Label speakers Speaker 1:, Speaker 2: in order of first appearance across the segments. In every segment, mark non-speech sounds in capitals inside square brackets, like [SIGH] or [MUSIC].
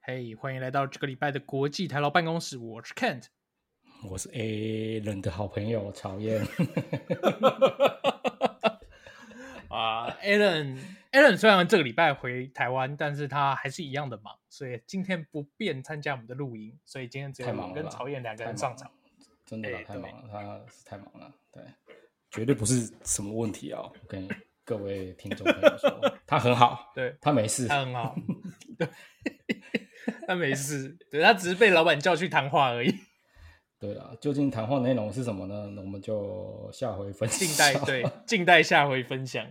Speaker 1: 嘿欢迎来到这个礼拜的国际台劳办公室，我是
Speaker 2: [LAUGHS]
Speaker 1: Kent。
Speaker 2: 我是 A 人的好朋友曹
Speaker 1: [LAUGHS]
Speaker 2: 燕，
Speaker 1: 啊、a l a n a l a n 虽然这个礼拜回台湾，但是他还是一样的忙，所以今天不便参加我们的录音，所以今天只有
Speaker 2: 太忙
Speaker 1: 我
Speaker 2: 了
Speaker 1: 跟
Speaker 2: 啦
Speaker 1: 曹燕两个
Speaker 2: 太
Speaker 1: 人
Speaker 2: 忙
Speaker 1: 上场。
Speaker 2: 真的啦
Speaker 1: 哎
Speaker 2: 太
Speaker 1: 对
Speaker 2: 忙了，他是太忙了，对，绝对不是什么问题啊！我跟各位听众朋友说， [LAUGHS] 他很好， [LAUGHS]
Speaker 1: 对，
Speaker 2: 他没事，
Speaker 1: 他很好，对，他没事，对他只是被老板叫去谈话而已，
Speaker 2: 对了，究竟谈话内容是什么呢？我们就下回分析。
Speaker 1: 静待
Speaker 2: [LAUGHS]
Speaker 1: 对，静待下回分享。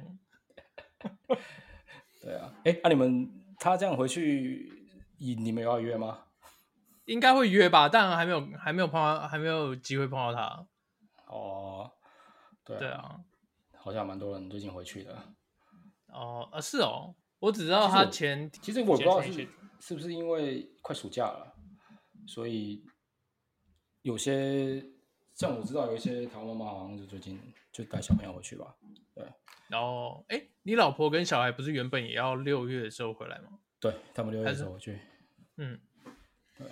Speaker 2: 对啊，哎，那、你们他这样回去，你你们有要约吗？
Speaker 1: 应该会约吧，但还没有还没有碰到，还没有机会碰到他。
Speaker 2: 哦，对啊，
Speaker 1: 对啊，
Speaker 2: 好像蛮多人最近回去的。
Speaker 1: 哦、呃，是哦，我只知道
Speaker 2: 其实
Speaker 1: 他
Speaker 2: 我
Speaker 1: 前
Speaker 2: 其实我也不知道
Speaker 1: 先生
Speaker 2: 是
Speaker 1: 去
Speaker 2: 是不是因为快暑假了，所以有些像我知道有一些台湾妈妈好像就最近就带小朋友回去吧。
Speaker 1: 然后，哎，你老婆跟小孩不是原本也要六月的时候回来吗？
Speaker 2: 对他们六月
Speaker 1: 还
Speaker 2: 的
Speaker 1: 是
Speaker 2: 时候回去，
Speaker 1: 嗯，
Speaker 2: 对，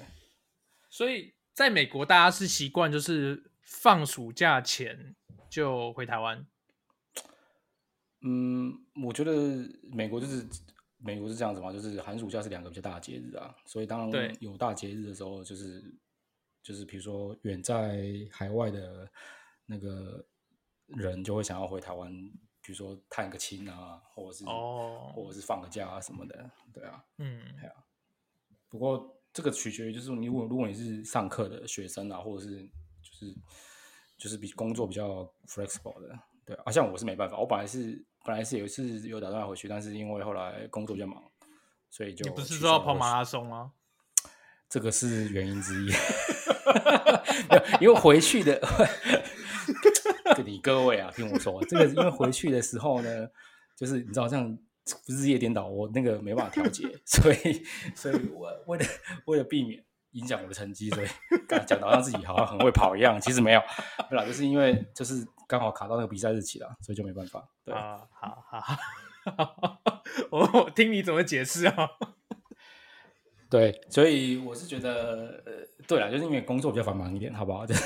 Speaker 1: 所以在美国，大家是习惯就是放暑假前就回台湾。
Speaker 2: 嗯，我觉得美国就是美国是这样子嘛，就是寒暑假是两个比较大的节日啊，所以当
Speaker 1: 对
Speaker 2: 有大节日的时候，就是就是比如说远在海外的那个人就会想要回台湾，比如说探个亲啊，或者是或
Speaker 1: 哦，
Speaker 2: 者是放个假啊什么的，对啊。
Speaker 1: 嗯，
Speaker 2: 不过这个取决于就是你如果如果你是上课的学生啊，或者是就是就是比工作比较 flexible 的，对啊，像我是没办法，我本来是本来是有一次有打算要回去，但是因为后来工作比较忙，所以就
Speaker 1: 你不是
Speaker 2: 取
Speaker 1: 说要
Speaker 2: 消
Speaker 1: 跑
Speaker 2: 了
Speaker 1: 马拉松吗？
Speaker 2: 这个是原因之一。 [LAUGHS] 没有，因为回去的， [LAUGHS] 跟你各位啊，听我说，这个因为回去的时候呢，就是你知道这样日夜颠倒，我那个没办法调节，所以，所以我为了为了避免影响我的成绩，所以刚才讲到好像自己好像很会跑一样，其实没有，没有啦，就是因为就是刚好卡到那个比赛日期了，所以就没办法。对，
Speaker 1: 啊，好好好， [LAUGHS] 我我听你怎么解释啊？
Speaker 2: 对，所以我是觉得，呃，对了，就是因为工作比较繁忙一点，好不好？ [LAUGHS] 就是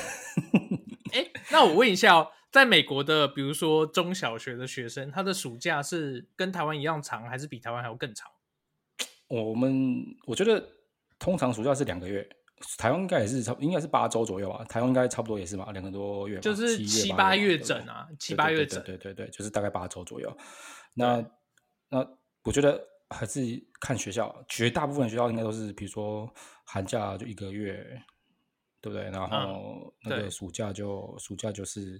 Speaker 1: 哎，那我问一下哦，在美国的，比如说中小学的学生，他的暑假是跟台湾一样长，还是比台湾还要更长？
Speaker 2: 哦我们我觉得通常暑假是两个月，台湾应该也是差不，应该是八周左右吧。台湾应该差不多也是吧，两个多月吧，
Speaker 1: 就是
Speaker 2: 七
Speaker 1: 七
Speaker 2: 八
Speaker 1: 月
Speaker 2: 嘛
Speaker 1: 整，啊，七八
Speaker 2: 对
Speaker 1: 月
Speaker 2: 对
Speaker 1: 整。
Speaker 2: 对对对对，就是大概八周左右。那那我觉得还是看学校，绝大部分学校应该都是，比如说寒假就一个月，对不对？然后那
Speaker 1: 嗯对
Speaker 2: 个暑假就暑假就是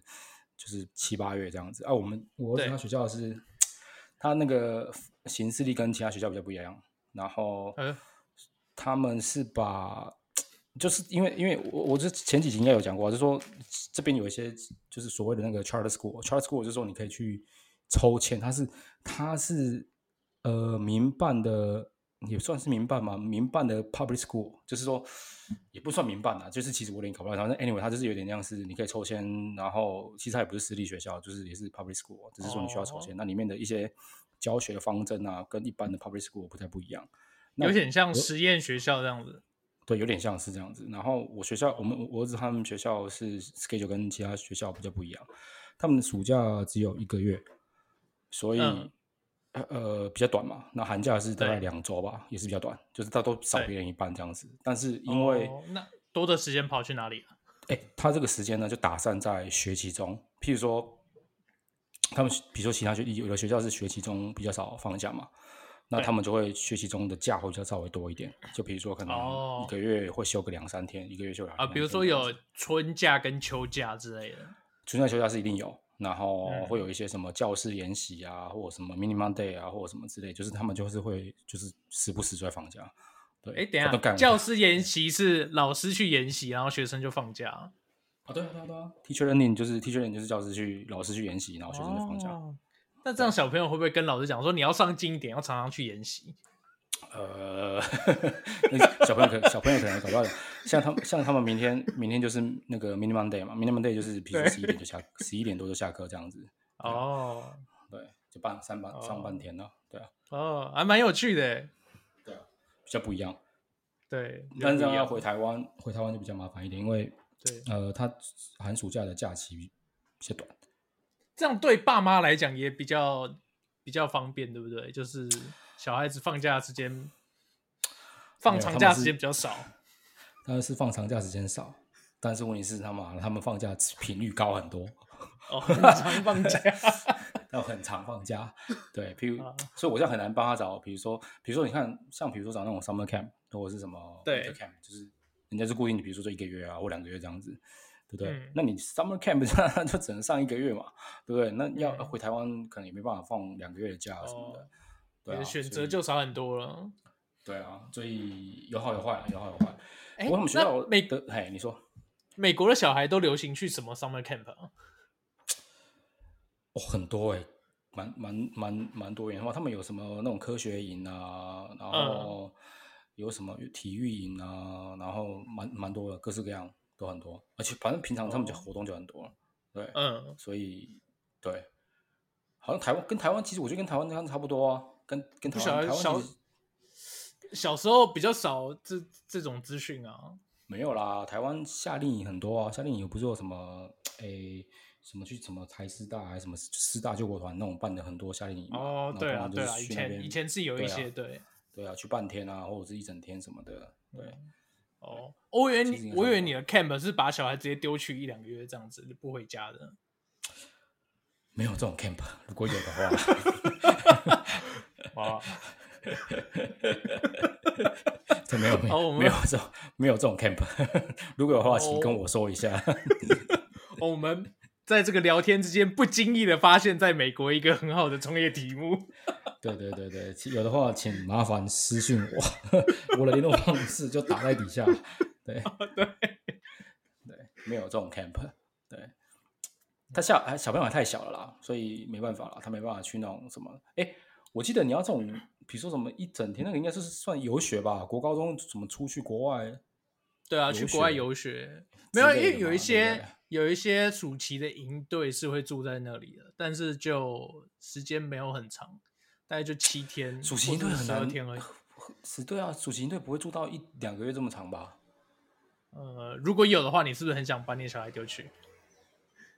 Speaker 2: 就是七八月这样子。啊，我们我儿子
Speaker 1: 对
Speaker 2: 他学校是，他那个形式力跟其他学校比较不一样，然后
Speaker 1: 呃
Speaker 2: 他们是把，就是因为因为我我这前几集应该有讲过，就是说这边有一些就是所谓的那个 charter school，charter school 就是说你可以去抽签，它是它是呃民办的，也算是民办嘛，民办的 public school，就是说也不算民办啦，就是其实我有点搞不太懂，但是 anyway 它就是有点像是你可以抽签，然后其实它也不是私立学校，就是也是 public school，只是说你需要抽
Speaker 1: 哦
Speaker 2: 签，那里面的一些教学的方针啊，跟一般的 public school 不太不一样。那
Speaker 1: 有点像实验学校这样子。
Speaker 2: 对，有点像是这样子。然后我学校，我们我我儿子他们学校是 schedule 跟其他学校比较不一样，他们的暑假只有一个月，所以、
Speaker 1: 嗯
Speaker 2: 呃呃比较短嘛。那寒假是大概
Speaker 1: 对
Speaker 2: 两周吧，也是比较短，就是他都少
Speaker 1: 对
Speaker 2: 别人一半这样子。但是因为
Speaker 1: 哦那多的时间跑去哪里了？
Speaker 2: 哎，他这个时间呢，就打散在学期中。譬如说，他们比如说其他学有的学校是学期中比较少放假嘛，那
Speaker 1: 对
Speaker 2: 他们就会学期中的假会比较稍微多一点。就比如说可能
Speaker 1: 哦
Speaker 2: 一个月会休个两三天，一个月休两
Speaker 1: 啊，比如说有春假跟秋假之类的。
Speaker 2: 春假休假是一定有，然后
Speaker 1: 嗯
Speaker 2: 会有一些什么教师研习啊，或者什么 mini Monday 啊，或者什么之类，就是他们就是会就是时不时就在放假。对，
Speaker 1: 哎，等一
Speaker 2: 他都
Speaker 1: 下，
Speaker 2: 干
Speaker 1: 教师研习是老师去研习，然后学生就放假。
Speaker 2: 啊，对啊对啊对啊，teacher learning 就是 teacher learning 就是教师去老师去研习，然后学生就放假。
Speaker 1: 哦。那这样小朋友会不会跟老师讲说，你要上进一点，要常常去研习？
Speaker 2: 呃，那小朋友可小朋友可能搞不好，像他们像他们明天明天就是那个 mini Monday 嘛，mini Monday 就是比如说
Speaker 1: 对
Speaker 2: 十一点就下十一点多就下课这样子，
Speaker 1: 哦
Speaker 2: 对，就半三半上
Speaker 1: 哦
Speaker 2: 半天了，对啊，
Speaker 1: 哦，还蛮有趣的耶。
Speaker 2: 对啊，比较不一样。
Speaker 1: 对，
Speaker 2: 但是这样要
Speaker 1: 不一
Speaker 2: 回台湾，回台湾就比较麻烦一点，因为
Speaker 1: 对，
Speaker 2: 呃，他寒暑假的假期比较短。
Speaker 1: 这样对爸妈来讲也比较比较方便，对不对？就是小孩子放假时间，放
Speaker 2: 没有
Speaker 1: 长
Speaker 2: 他
Speaker 1: 假
Speaker 2: 们是
Speaker 1: 时间比较少。
Speaker 2: 但是放长假时间少，但是问题是他妈的他们放假频率高很多， [LAUGHS]
Speaker 1: 哦，很常放假，
Speaker 2: 要很常放假。对，譬如
Speaker 1: 啊，
Speaker 2: 所以我现在很难帮他找，比如说，比如说你看，像比如说找那种 summer camp 或者是什么
Speaker 1: 对
Speaker 2: winter camp，就是人家是固定，比如说就一个月啊或两个月这样子，对不对？
Speaker 1: 嗯
Speaker 2: 那你 summer camp [LAUGHS] 就只能上一个月嘛，对不对？那要
Speaker 1: 嗯
Speaker 2: 回台湾可能也没办法放两个月的假啊什么的，
Speaker 1: 哦
Speaker 2: 对
Speaker 1: 你
Speaker 2: 啊，
Speaker 1: 的选
Speaker 2: 所
Speaker 1: 择
Speaker 2: 以
Speaker 1: 就少很多了。
Speaker 2: 对啊，所以有好有坏，啊有好有坏。
Speaker 1: 哎，
Speaker 2: 我们学
Speaker 1: 那
Speaker 2: 校
Speaker 1: 美
Speaker 2: 的，嘿，你说。
Speaker 1: 美国的小孩都流行去什么 summer camp 啊？
Speaker 2: 哦，很多哎、蛮蛮蛮蛮多元化。他们有什么那种科学营啊，然
Speaker 1: 嗯
Speaker 2: 后有什么体育营啊，然后蛮蛮多的，各式各样都很多。而且反正平常他们就
Speaker 1: 哦
Speaker 2: 活动就很多了，对，
Speaker 1: 嗯，
Speaker 2: 所以对，好像台湾跟台湾其实我觉得跟台湾这样差不多啊，跟跟
Speaker 1: 不
Speaker 2: 台
Speaker 1: 晓
Speaker 2: 湾
Speaker 1: 得
Speaker 2: 台
Speaker 1: 小
Speaker 2: 湾其实
Speaker 1: 小时候比较少这这种资讯啊。
Speaker 2: 没有啦，台湾夏令营很多啊，夏令营有不是有什么诶、什么去什么台师大还是什么师大救国团那种办的很多夏令营嘛
Speaker 1: 哦
Speaker 2: 然后，
Speaker 1: 对
Speaker 2: 通
Speaker 1: 啊，
Speaker 2: 常就
Speaker 1: 对
Speaker 2: 是
Speaker 1: 啊，以
Speaker 2: 嗯去那
Speaker 1: 前
Speaker 2: 边
Speaker 1: 以前是有一
Speaker 2: 对啊
Speaker 1: 些对。
Speaker 2: 对啊，去半天啊，或者是一整天什么的。对，
Speaker 1: 哦，我以为
Speaker 2: 其实
Speaker 1: 你
Speaker 2: 也
Speaker 1: 我以为
Speaker 2: 差不多
Speaker 1: 你的 camp 是把小孩直接丢去一两个月这样子不回家的。
Speaker 2: 没有这种 camp，如 [LAUGHS] 果有的话， [LAUGHS]
Speaker 1: 哇，
Speaker 2: 这没有没有、
Speaker 1: 好哦我们
Speaker 2: 没有这种没有这种 camp。如 [LAUGHS] 果有的话，请跟我说一下。
Speaker 1: 哦我们在这个聊天之间不经意的发现，在美国一个很好的创业题目。
Speaker 2: 对对对对，其有的话请麻烦私信我，我的联络方式就打在底下。对对
Speaker 1: 哦
Speaker 2: 对，没有这种 camp。对，他小哎小朋友还太小了啦，所以没办法啦，他没办法去那种什么。哎，我记得你要这种，比如说什么一整天，那个应该是算游学吧？国高中怎么出去国外？
Speaker 1: 对啊，
Speaker 2: 游
Speaker 1: 去国外
Speaker 2: 学
Speaker 1: 游学
Speaker 2: 之
Speaker 1: 没有，啊
Speaker 2: 类
Speaker 1: 因为
Speaker 2: 的
Speaker 1: 有
Speaker 2: 嘛
Speaker 1: 一
Speaker 2: 对不
Speaker 1: 些
Speaker 2: 对
Speaker 1: 有一些暑期的营队是会住在那里的，但是就时间没有很长，大概就七天，
Speaker 2: 暑期营队很
Speaker 1: 十二
Speaker 2: 难
Speaker 1: 天而已。
Speaker 2: 是对啊，主行队不会住到一两个月这么长吧？
Speaker 1: 呃，如果有的话，你是不是很想把你的小孩丢去？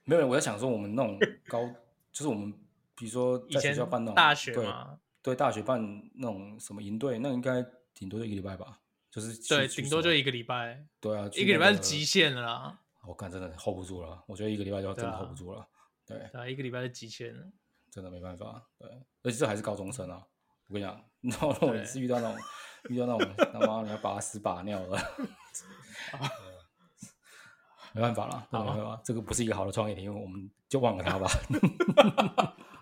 Speaker 2: 没有，我在想说我们那种高，就是我们比如说
Speaker 1: 以
Speaker 2: 在学
Speaker 1: 前
Speaker 2: 校办那种
Speaker 1: 大学
Speaker 2: 对
Speaker 1: 嘛，
Speaker 2: 对大学办那种什么营队，那应该顶多就一个礼拜吧，就是去
Speaker 1: 对，
Speaker 2: 去
Speaker 1: 顶多
Speaker 2: 什
Speaker 1: 就
Speaker 2: 么
Speaker 1: 一个礼拜，
Speaker 2: 对啊，去
Speaker 1: 一个礼
Speaker 2: 那
Speaker 1: 拜是极限了啦。
Speaker 2: 我看真的 hold 不住了，我觉得一个礼拜就真
Speaker 1: 对啊
Speaker 2: 的 hold 不住了，对，
Speaker 1: 对啊，一个礼拜是极限了。
Speaker 2: 真的没办法，对，而且这还是高中生啊，我跟你讲，你知道如果你是遇到那种遇到那种他妈你要把屎把尿
Speaker 1: [LAUGHS]
Speaker 2: 的，没办法了，真的没办法，这个不是一个好的创业题目，我们就忘了它吧。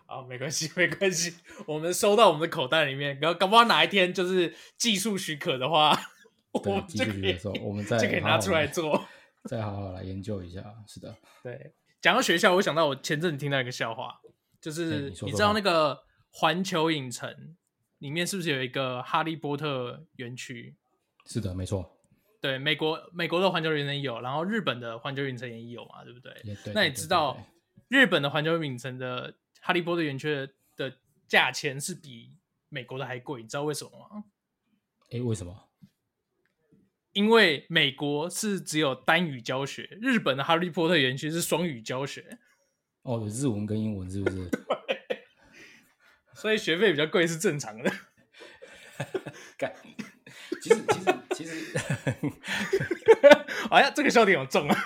Speaker 1: 啊，没关系，没关系，我们收到我们的口袋里面，然后搞不好哪一天就是技术许可的话，我
Speaker 2: 对，
Speaker 1: 们
Speaker 2: 继
Speaker 1: 就可
Speaker 2: 续的
Speaker 1: 以
Speaker 2: 时候，我们
Speaker 1: [LAUGHS]
Speaker 2: 再
Speaker 1: 就可以
Speaker 2: 好
Speaker 1: 拿
Speaker 2: 好
Speaker 1: 出来
Speaker 2: 地
Speaker 1: 做。
Speaker 2: 再好好来研究一下。是的，
Speaker 1: 对，讲到学校，我想到我前阵子听到一个笑话，就是
Speaker 2: 哎你说
Speaker 1: 你
Speaker 2: 说
Speaker 1: 知道
Speaker 2: 看
Speaker 1: 那个环球影城里面是不是有一个哈利波特园区？
Speaker 2: 是的，没错。
Speaker 1: 对，美国美国的环球影城有，然后日本的环球影城也有嘛，对不对？
Speaker 2: 也对
Speaker 1: 那
Speaker 2: 对
Speaker 1: 你
Speaker 2: 对
Speaker 1: 知
Speaker 2: 对
Speaker 1: 道
Speaker 2: 对
Speaker 1: 日本的环球影城的哈利波特园区的的价钱是比美国的还贵，你知道为什么吗？
Speaker 2: 诶，为什么？
Speaker 1: 因为美国是只有单语教学，日本的哈利波特园区是双语教学，
Speaker 2: 哦，有日文跟英文是不
Speaker 1: [LAUGHS]
Speaker 2: 是？
Speaker 1: 所以学费比较贵是正常的。
Speaker 2: 干，其实其实
Speaker 1: [LAUGHS]
Speaker 2: 其实，
Speaker 1: 哎呀，这个笑点有中啊！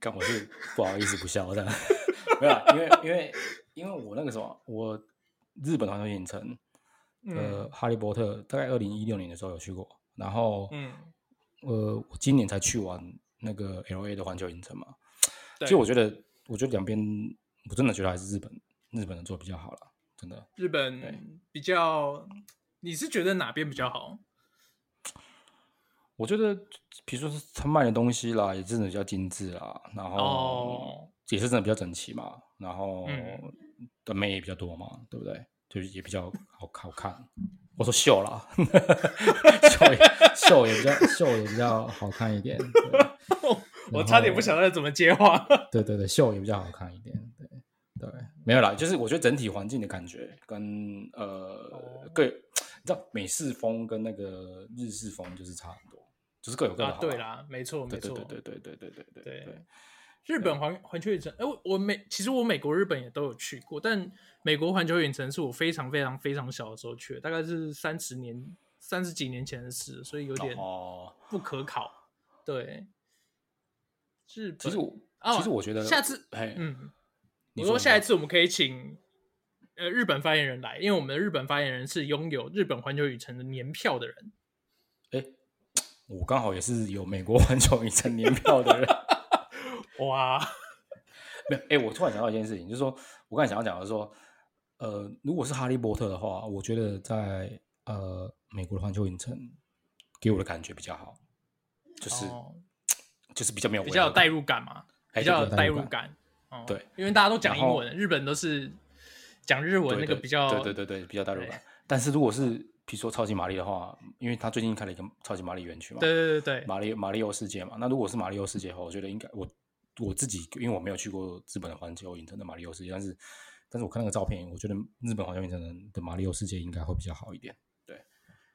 Speaker 2: 干我是不好意思不笑的，没有啦，因为因为因为我那个什么，我日本环球影城，
Speaker 1: 嗯
Speaker 2: 呃，哈利波特大概二零一六年的时候有去过，然后
Speaker 1: 嗯，
Speaker 2: 呃，我今年才去完那个 L A 的环球影城嘛，
Speaker 1: 对
Speaker 2: 其实我觉得，我觉得两边，我真的觉得还是日本日本人做比较好了，真的。
Speaker 1: 日
Speaker 2: 对
Speaker 1: 本比较，你是觉得哪边比较好？
Speaker 2: 我觉得，比如说是他卖的东西啦，也真的比较精致啦，然后、
Speaker 1: 哦
Speaker 2: 也是真的比较整齐嘛，然后
Speaker 1: 嗯
Speaker 2: 的妹也比较多嘛，对不对？就是也比较好好看。我说秀啦， [LAUGHS] 秀也秀也比较秀也比较好看一点，
Speaker 1: 我差点不晓得怎么接话。
Speaker 2: 对对对对，秀也比较好看一点，对对，没有啦，就是我觉得整体环境的感觉跟呃、
Speaker 1: 哦
Speaker 2: 个，知道美式风跟那个日式风就是差很多，就是各有各的
Speaker 1: 啊
Speaker 2: 好。，
Speaker 1: 对，啦，没错，没
Speaker 2: 对对
Speaker 1: 错，
Speaker 2: 对对对对对对
Speaker 1: 对
Speaker 2: 对。
Speaker 1: 日本环环球影城，哎、我我美其实我美国、日本也都有去过，但美国环球影城是我非常非常非常小的时候去的，大概是三十年、三十几年前的事，所以有点
Speaker 2: 哦，
Speaker 1: 不可考。对，日本
Speaker 2: 其实我
Speaker 1: 哦
Speaker 2: 其实我觉得
Speaker 1: 下次
Speaker 2: 嘿，
Speaker 1: 嗯，
Speaker 2: 你
Speaker 1: 我
Speaker 2: 说
Speaker 1: 说
Speaker 2: 你
Speaker 1: 下一
Speaker 2: 说
Speaker 1: 次我们可以请呃日本发言人来，因为我们的日本发言人是拥有日本环球影城的年票的人。
Speaker 2: 哎，我刚好也是有美国 [LAUGHS] 环球影城年票的人。
Speaker 1: 哇，
Speaker 2: 没有，哎、我突然想到一件事情，就是说我刚才想要讲的是说，呃，如果是哈利波特的话，我觉得在呃美国的环球影城给我的感觉比较好，就是、
Speaker 1: 哦
Speaker 2: 就是比较没有
Speaker 1: 比
Speaker 2: 违
Speaker 1: 较有
Speaker 2: 和
Speaker 1: 代
Speaker 2: 感
Speaker 1: 入感嘛，
Speaker 2: 哎
Speaker 1: 比较有
Speaker 2: 对
Speaker 1: 代
Speaker 2: 比较有代
Speaker 1: 入
Speaker 2: 入
Speaker 1: 感。哦
Speaker 2: 对，
Speaker 1: 因为大家都讲
Speaker 2: 然
Speaker 1: 英
Speaker 2: 后
Speaker 1: 文，日本都是讲日文，
Speaker 2: 对
Speaker 1: 那个
Speaker 2: 对
Speaker 1: 比较
Speaker 2: 对对对对比较代入
Speaker 1: 对
Speaker 2: 感。但是如果是比如说超级玛丽的话，因为他最近开了一个超级玛丽园区嘛，
Speaker 1: 对对对对对
Speaker 2: 马里马里奥世界嘛。那如果是马里奥世界的话，我觉得应该我我自己，因为我没有去过日本的环球影城的马里奥世界，但是但是我看那个照片，我觉得日本环球影城的马里奥世界应该会比较好一点。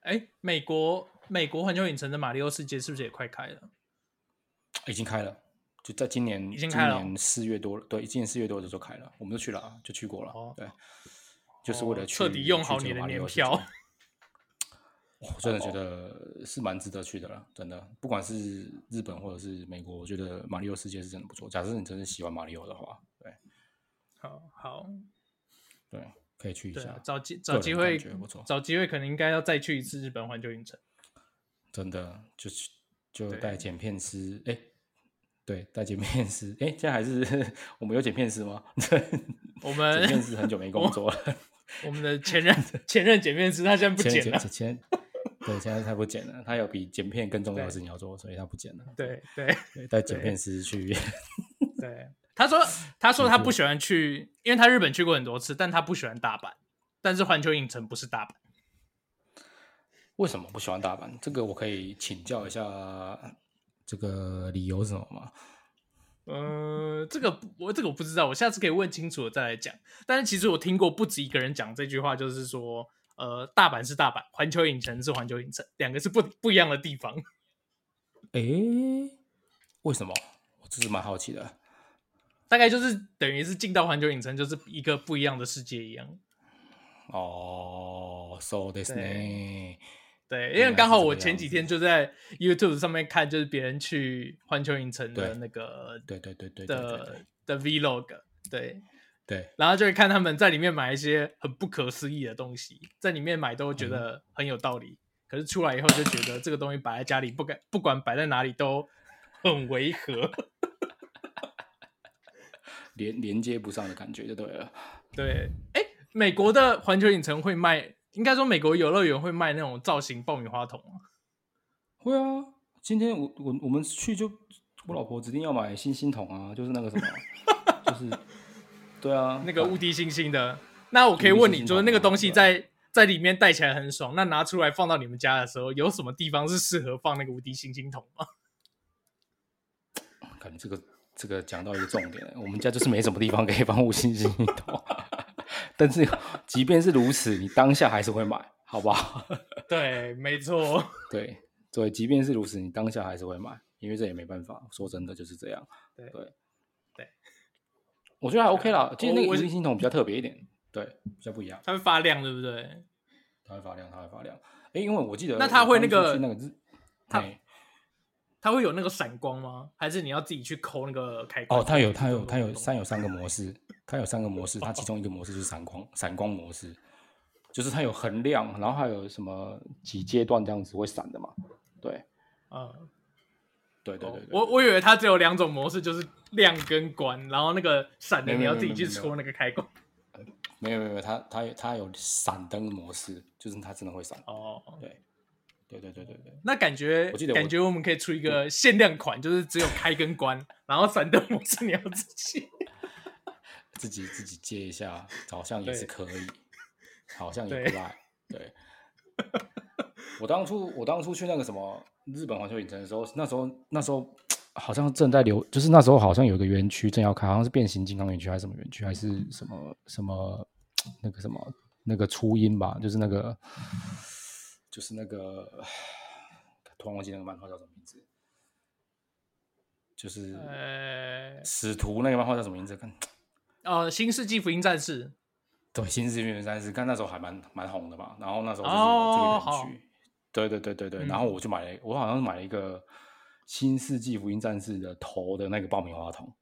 Speaker 1: 哎，美国美国环球影城的马里奥世界是不是也快开了？
Speaker 2: 已经开了，就在今年
Speaker 1: 已经开了哦
Speaker 2: 今年四月多了，对，今年四月多的时候开了，我们都去了啊，就去过了，
Speaker 1: 哦
Speaker 2: 对，就是为了
Speaker 1: 哦
Speaker 2: 去
Speaker 1: 彻底用好
Speaker 2: 去
Speaker 1: 你
Speaker 2: 这个
Speaker 1: 的
Speaker 2: 马里
Speaker 1: 年
Speaker 2: 奥世
Speaker 1: [LAUGHS]
Speaker 2: 界
Speaker 1: 票。哦
Speaker 2: 我真的觉得是蛮值得去的了，真的，不管是日本或者是美国，我觉得马里奥世界是真的不错。假设你真的喜欢马里奥的话，对
Speaker 1: 好好，
Speaker 2: 对，可以去一
Speaker 1: 对
Speaker 2: 下
Speaker 1: 啊，，找机
Speaker 2: 个
Speaker 1: 找
Speaker 2: 人
Speaker 1: 机会
Speaker 2: 感觉不错，
Speaker 1: 找机会，可能应该要再去一次日本环球影城。
Speaker 2: 真的就去就
Speaker 1: 对
Speaker 2: 带剪片师，哎、对，带剪片师，哎、现在还是我们有剪片师吗？ [LAUGHS]
Speaker 1: 我
Speaker 2: 剪片
Speaker 1: 们
Speaker 2: 师很久没工作了。
Speaker 1: 我们的前 [LAUGHS] 任前任剪片师他现在不
Speaker 2: 前
Speaker 1: 剪了，
Speaker 2: 前前，对，现在他不剪了，他有比剪片更重要的
Speaker 1: 对
Speaker 2: 事情要做，所以他不剪了。
Speaker 1: 对对。
Speaker 2: 对，带剪
Speaker 1: 对
Speaker 2: 片师去， [LAUGHS]
Speaker 1: 对，他 [LAUGHS] 说他说他不喜欢去，因为他日本去过很多次，但他不喜欢大阪。但是环球影城不是大阪，
Speaker 2: 为什么不喜欢大阪？这个我可以请教一下，这个理由是什么吗？
Speaker 1: 呃，这个不我这个我不知道，我下次可以问清楚了再来讲。但是其实我听过不止一个人讲这句话，就是说，呃，大阪是大阪，环球影城是环球影城，两个是不不一样的地方。
Speaker 2: 诶、为什么？我这是蛮好奇的。
Speaker 1: 大概就是等于是进到环球影城就是一个不一样的世界一样。
Speaker 2: 哦，so this
Speaker 1: 对
Speaker 2: 呢？
Speaker 1: 对，
Speaker 2: 原
Speaker 1: 因
Speaker 2: 来
Speaker 1: 为
Speaker 2: 是
Speaker 1: 刚好
Speaker 2: 这
Speaker 1: 我
Speaker 2: 个
Speaker 1: 前
Speaker 2: 样
Speaker 1: 几
Speaker 2: 子
Speaker 1: 天就在 YouTube 上面看，就是别人去环球影城的
Speaker 2: 对
Speaker 1: 那个
Speaker 2: 对对对对对对
Speaker 1: 的
Speaker 2: 对
Speaker 1: 的 vlog，对，
Speaker 2: 对，
Speaker 1: 然后就会看他们在里面买一些很不可思议的东西，在里面买
Speaker 2: 嗯
Speaker 1: 都觉得很有道理，可是出来以后就觉得这个东西摆在家里不敢，不管摆在哪里都很违和， [LAUGHS]
Speaker 2: 连连接不上的感觉就对了。
Speaker 1: 对，哎，美国的环球影城会卖，应该说美国游乐园会卖那种造型爆米花桶吗，
Speaker 2: 会啊，今天我我我们去就我老婆指定要买星星桶啊，就是那个什么，就是 [LAUGHS] 对 [LAUGHS] 啊，
Speaker 1: 那个无敌星星的，那我可以问你，就是那个东西在。在里面戴起来很爽，那拿出来放到你们家的时候，有什么地方是适合放那个无敌星星桶吗？
Speaker 2: 感觉这个这个讲到一个重点了，我们家就是没什么地方可以放五星星一桶， [LAUGHS] 但是即便是如此，你当下还是会买，好不好？
Speaker 1: [LAUGHS] 对，没错。
Speaker 2: 对对，即便是如此，你当下还是会买，因为这也没办法，说真的就是这样。
Speaker 1: 对
Speaker 2: 对
Speaker 1: 对，啊
Speaker 2: 我觉得还 OK 啦，其实那
Speaker 1: 我
Speaker 2: 个
Speaker 1: 我
Speaker 2: 五
Speaker 1: 是
Speaker 2: 星星桶比较特别一点，对，比较不一样，
Speaker 1: 它会发亮，对不对？
Speaker 2: 它会发亮，它会发亮。哎，因为我记得
Speaker 1: 那它会
Speaker 2: 我
Speaker 1: 那
Speaker 2: 当
Speaker 1: 个
Speaker 2: 初去那个日，
Speaker 1: 它
Speaker 2: 嘿
Speaker 1: 它会有那个闪光吗？还是你要自己去抠那个开关？
Speaker 2: 哦，它有它有它有
Speaker 1: 咚咚咚
Speaker 2: 三有三个模式，它有三个模式，它其中一个模式就是闪光闪光模式，就是它有恒亮，然后还有什么几阶段这样子会闪的嘛？对
Speaker 1: 嗯，
Speaker 2: 对对
Speaker 1: 哦
Speaker 2: 对对，
Speaker 1: 我我以为它只有两种模式，就是亮跟关，然后那个闪的
Speaker 2: 没有
Speaker 1: 你要
Speaker 2: 没
Speaker 1: 自
Speaker 2: 有
Speaker 1: 己去
Speaker 2: 没
Speaker 1: 戳
Speaker 2: 有没有
Speaker 1: 那个开关。
Speaker 2: 没有没有没有，它它有它有闪灯模式，就是它真的会闪。
Speaker 1: 哦，
Speaker 2: 对对对对对对，
Speaker 1: 那感觉
Speaker 2: 我记得我
Speaker 1: 感觉我们可以出一个限量款，就是只有开跟关，然后闪灯模式你要自己。
Speaker 2: 自己自己接一下，好像也是
Speaker 1: 对
Speaker 2: 可以，好像也
Speaker 1: 对
Speaker 2: 不赖。对， [LAUGHS] 我当初我当初去那个什么日本环球影城的时候，那时候那时候好像正在流，就是那时候好像有一个园区正要开，好像是变形金刚园区还是什么园区，还是什么什么那个什么那个初音吧，就是那个就是那个，突然忘记那个漫画叫什么名字，就是
Speaker 1: 呃，
Speaker 2: 使徒那个漫画叫什么名字？看，
Speaker 1: 哦，《新世纪福音战士》
Speaker 2: 对，《新世纪福音战士》，看那时候还蛮蛮红的嘛。然后那时候就是
Speaker 1: 哦
Speaker 2: 有这个
Speaker 1: 好
Speaker 2: 感觉，对对对对对。
Speaker 1: 嗯
Speaker 2: 然后我就买了，我好像是买了一个《新世纪福音战士》的头的那个爆米花桶。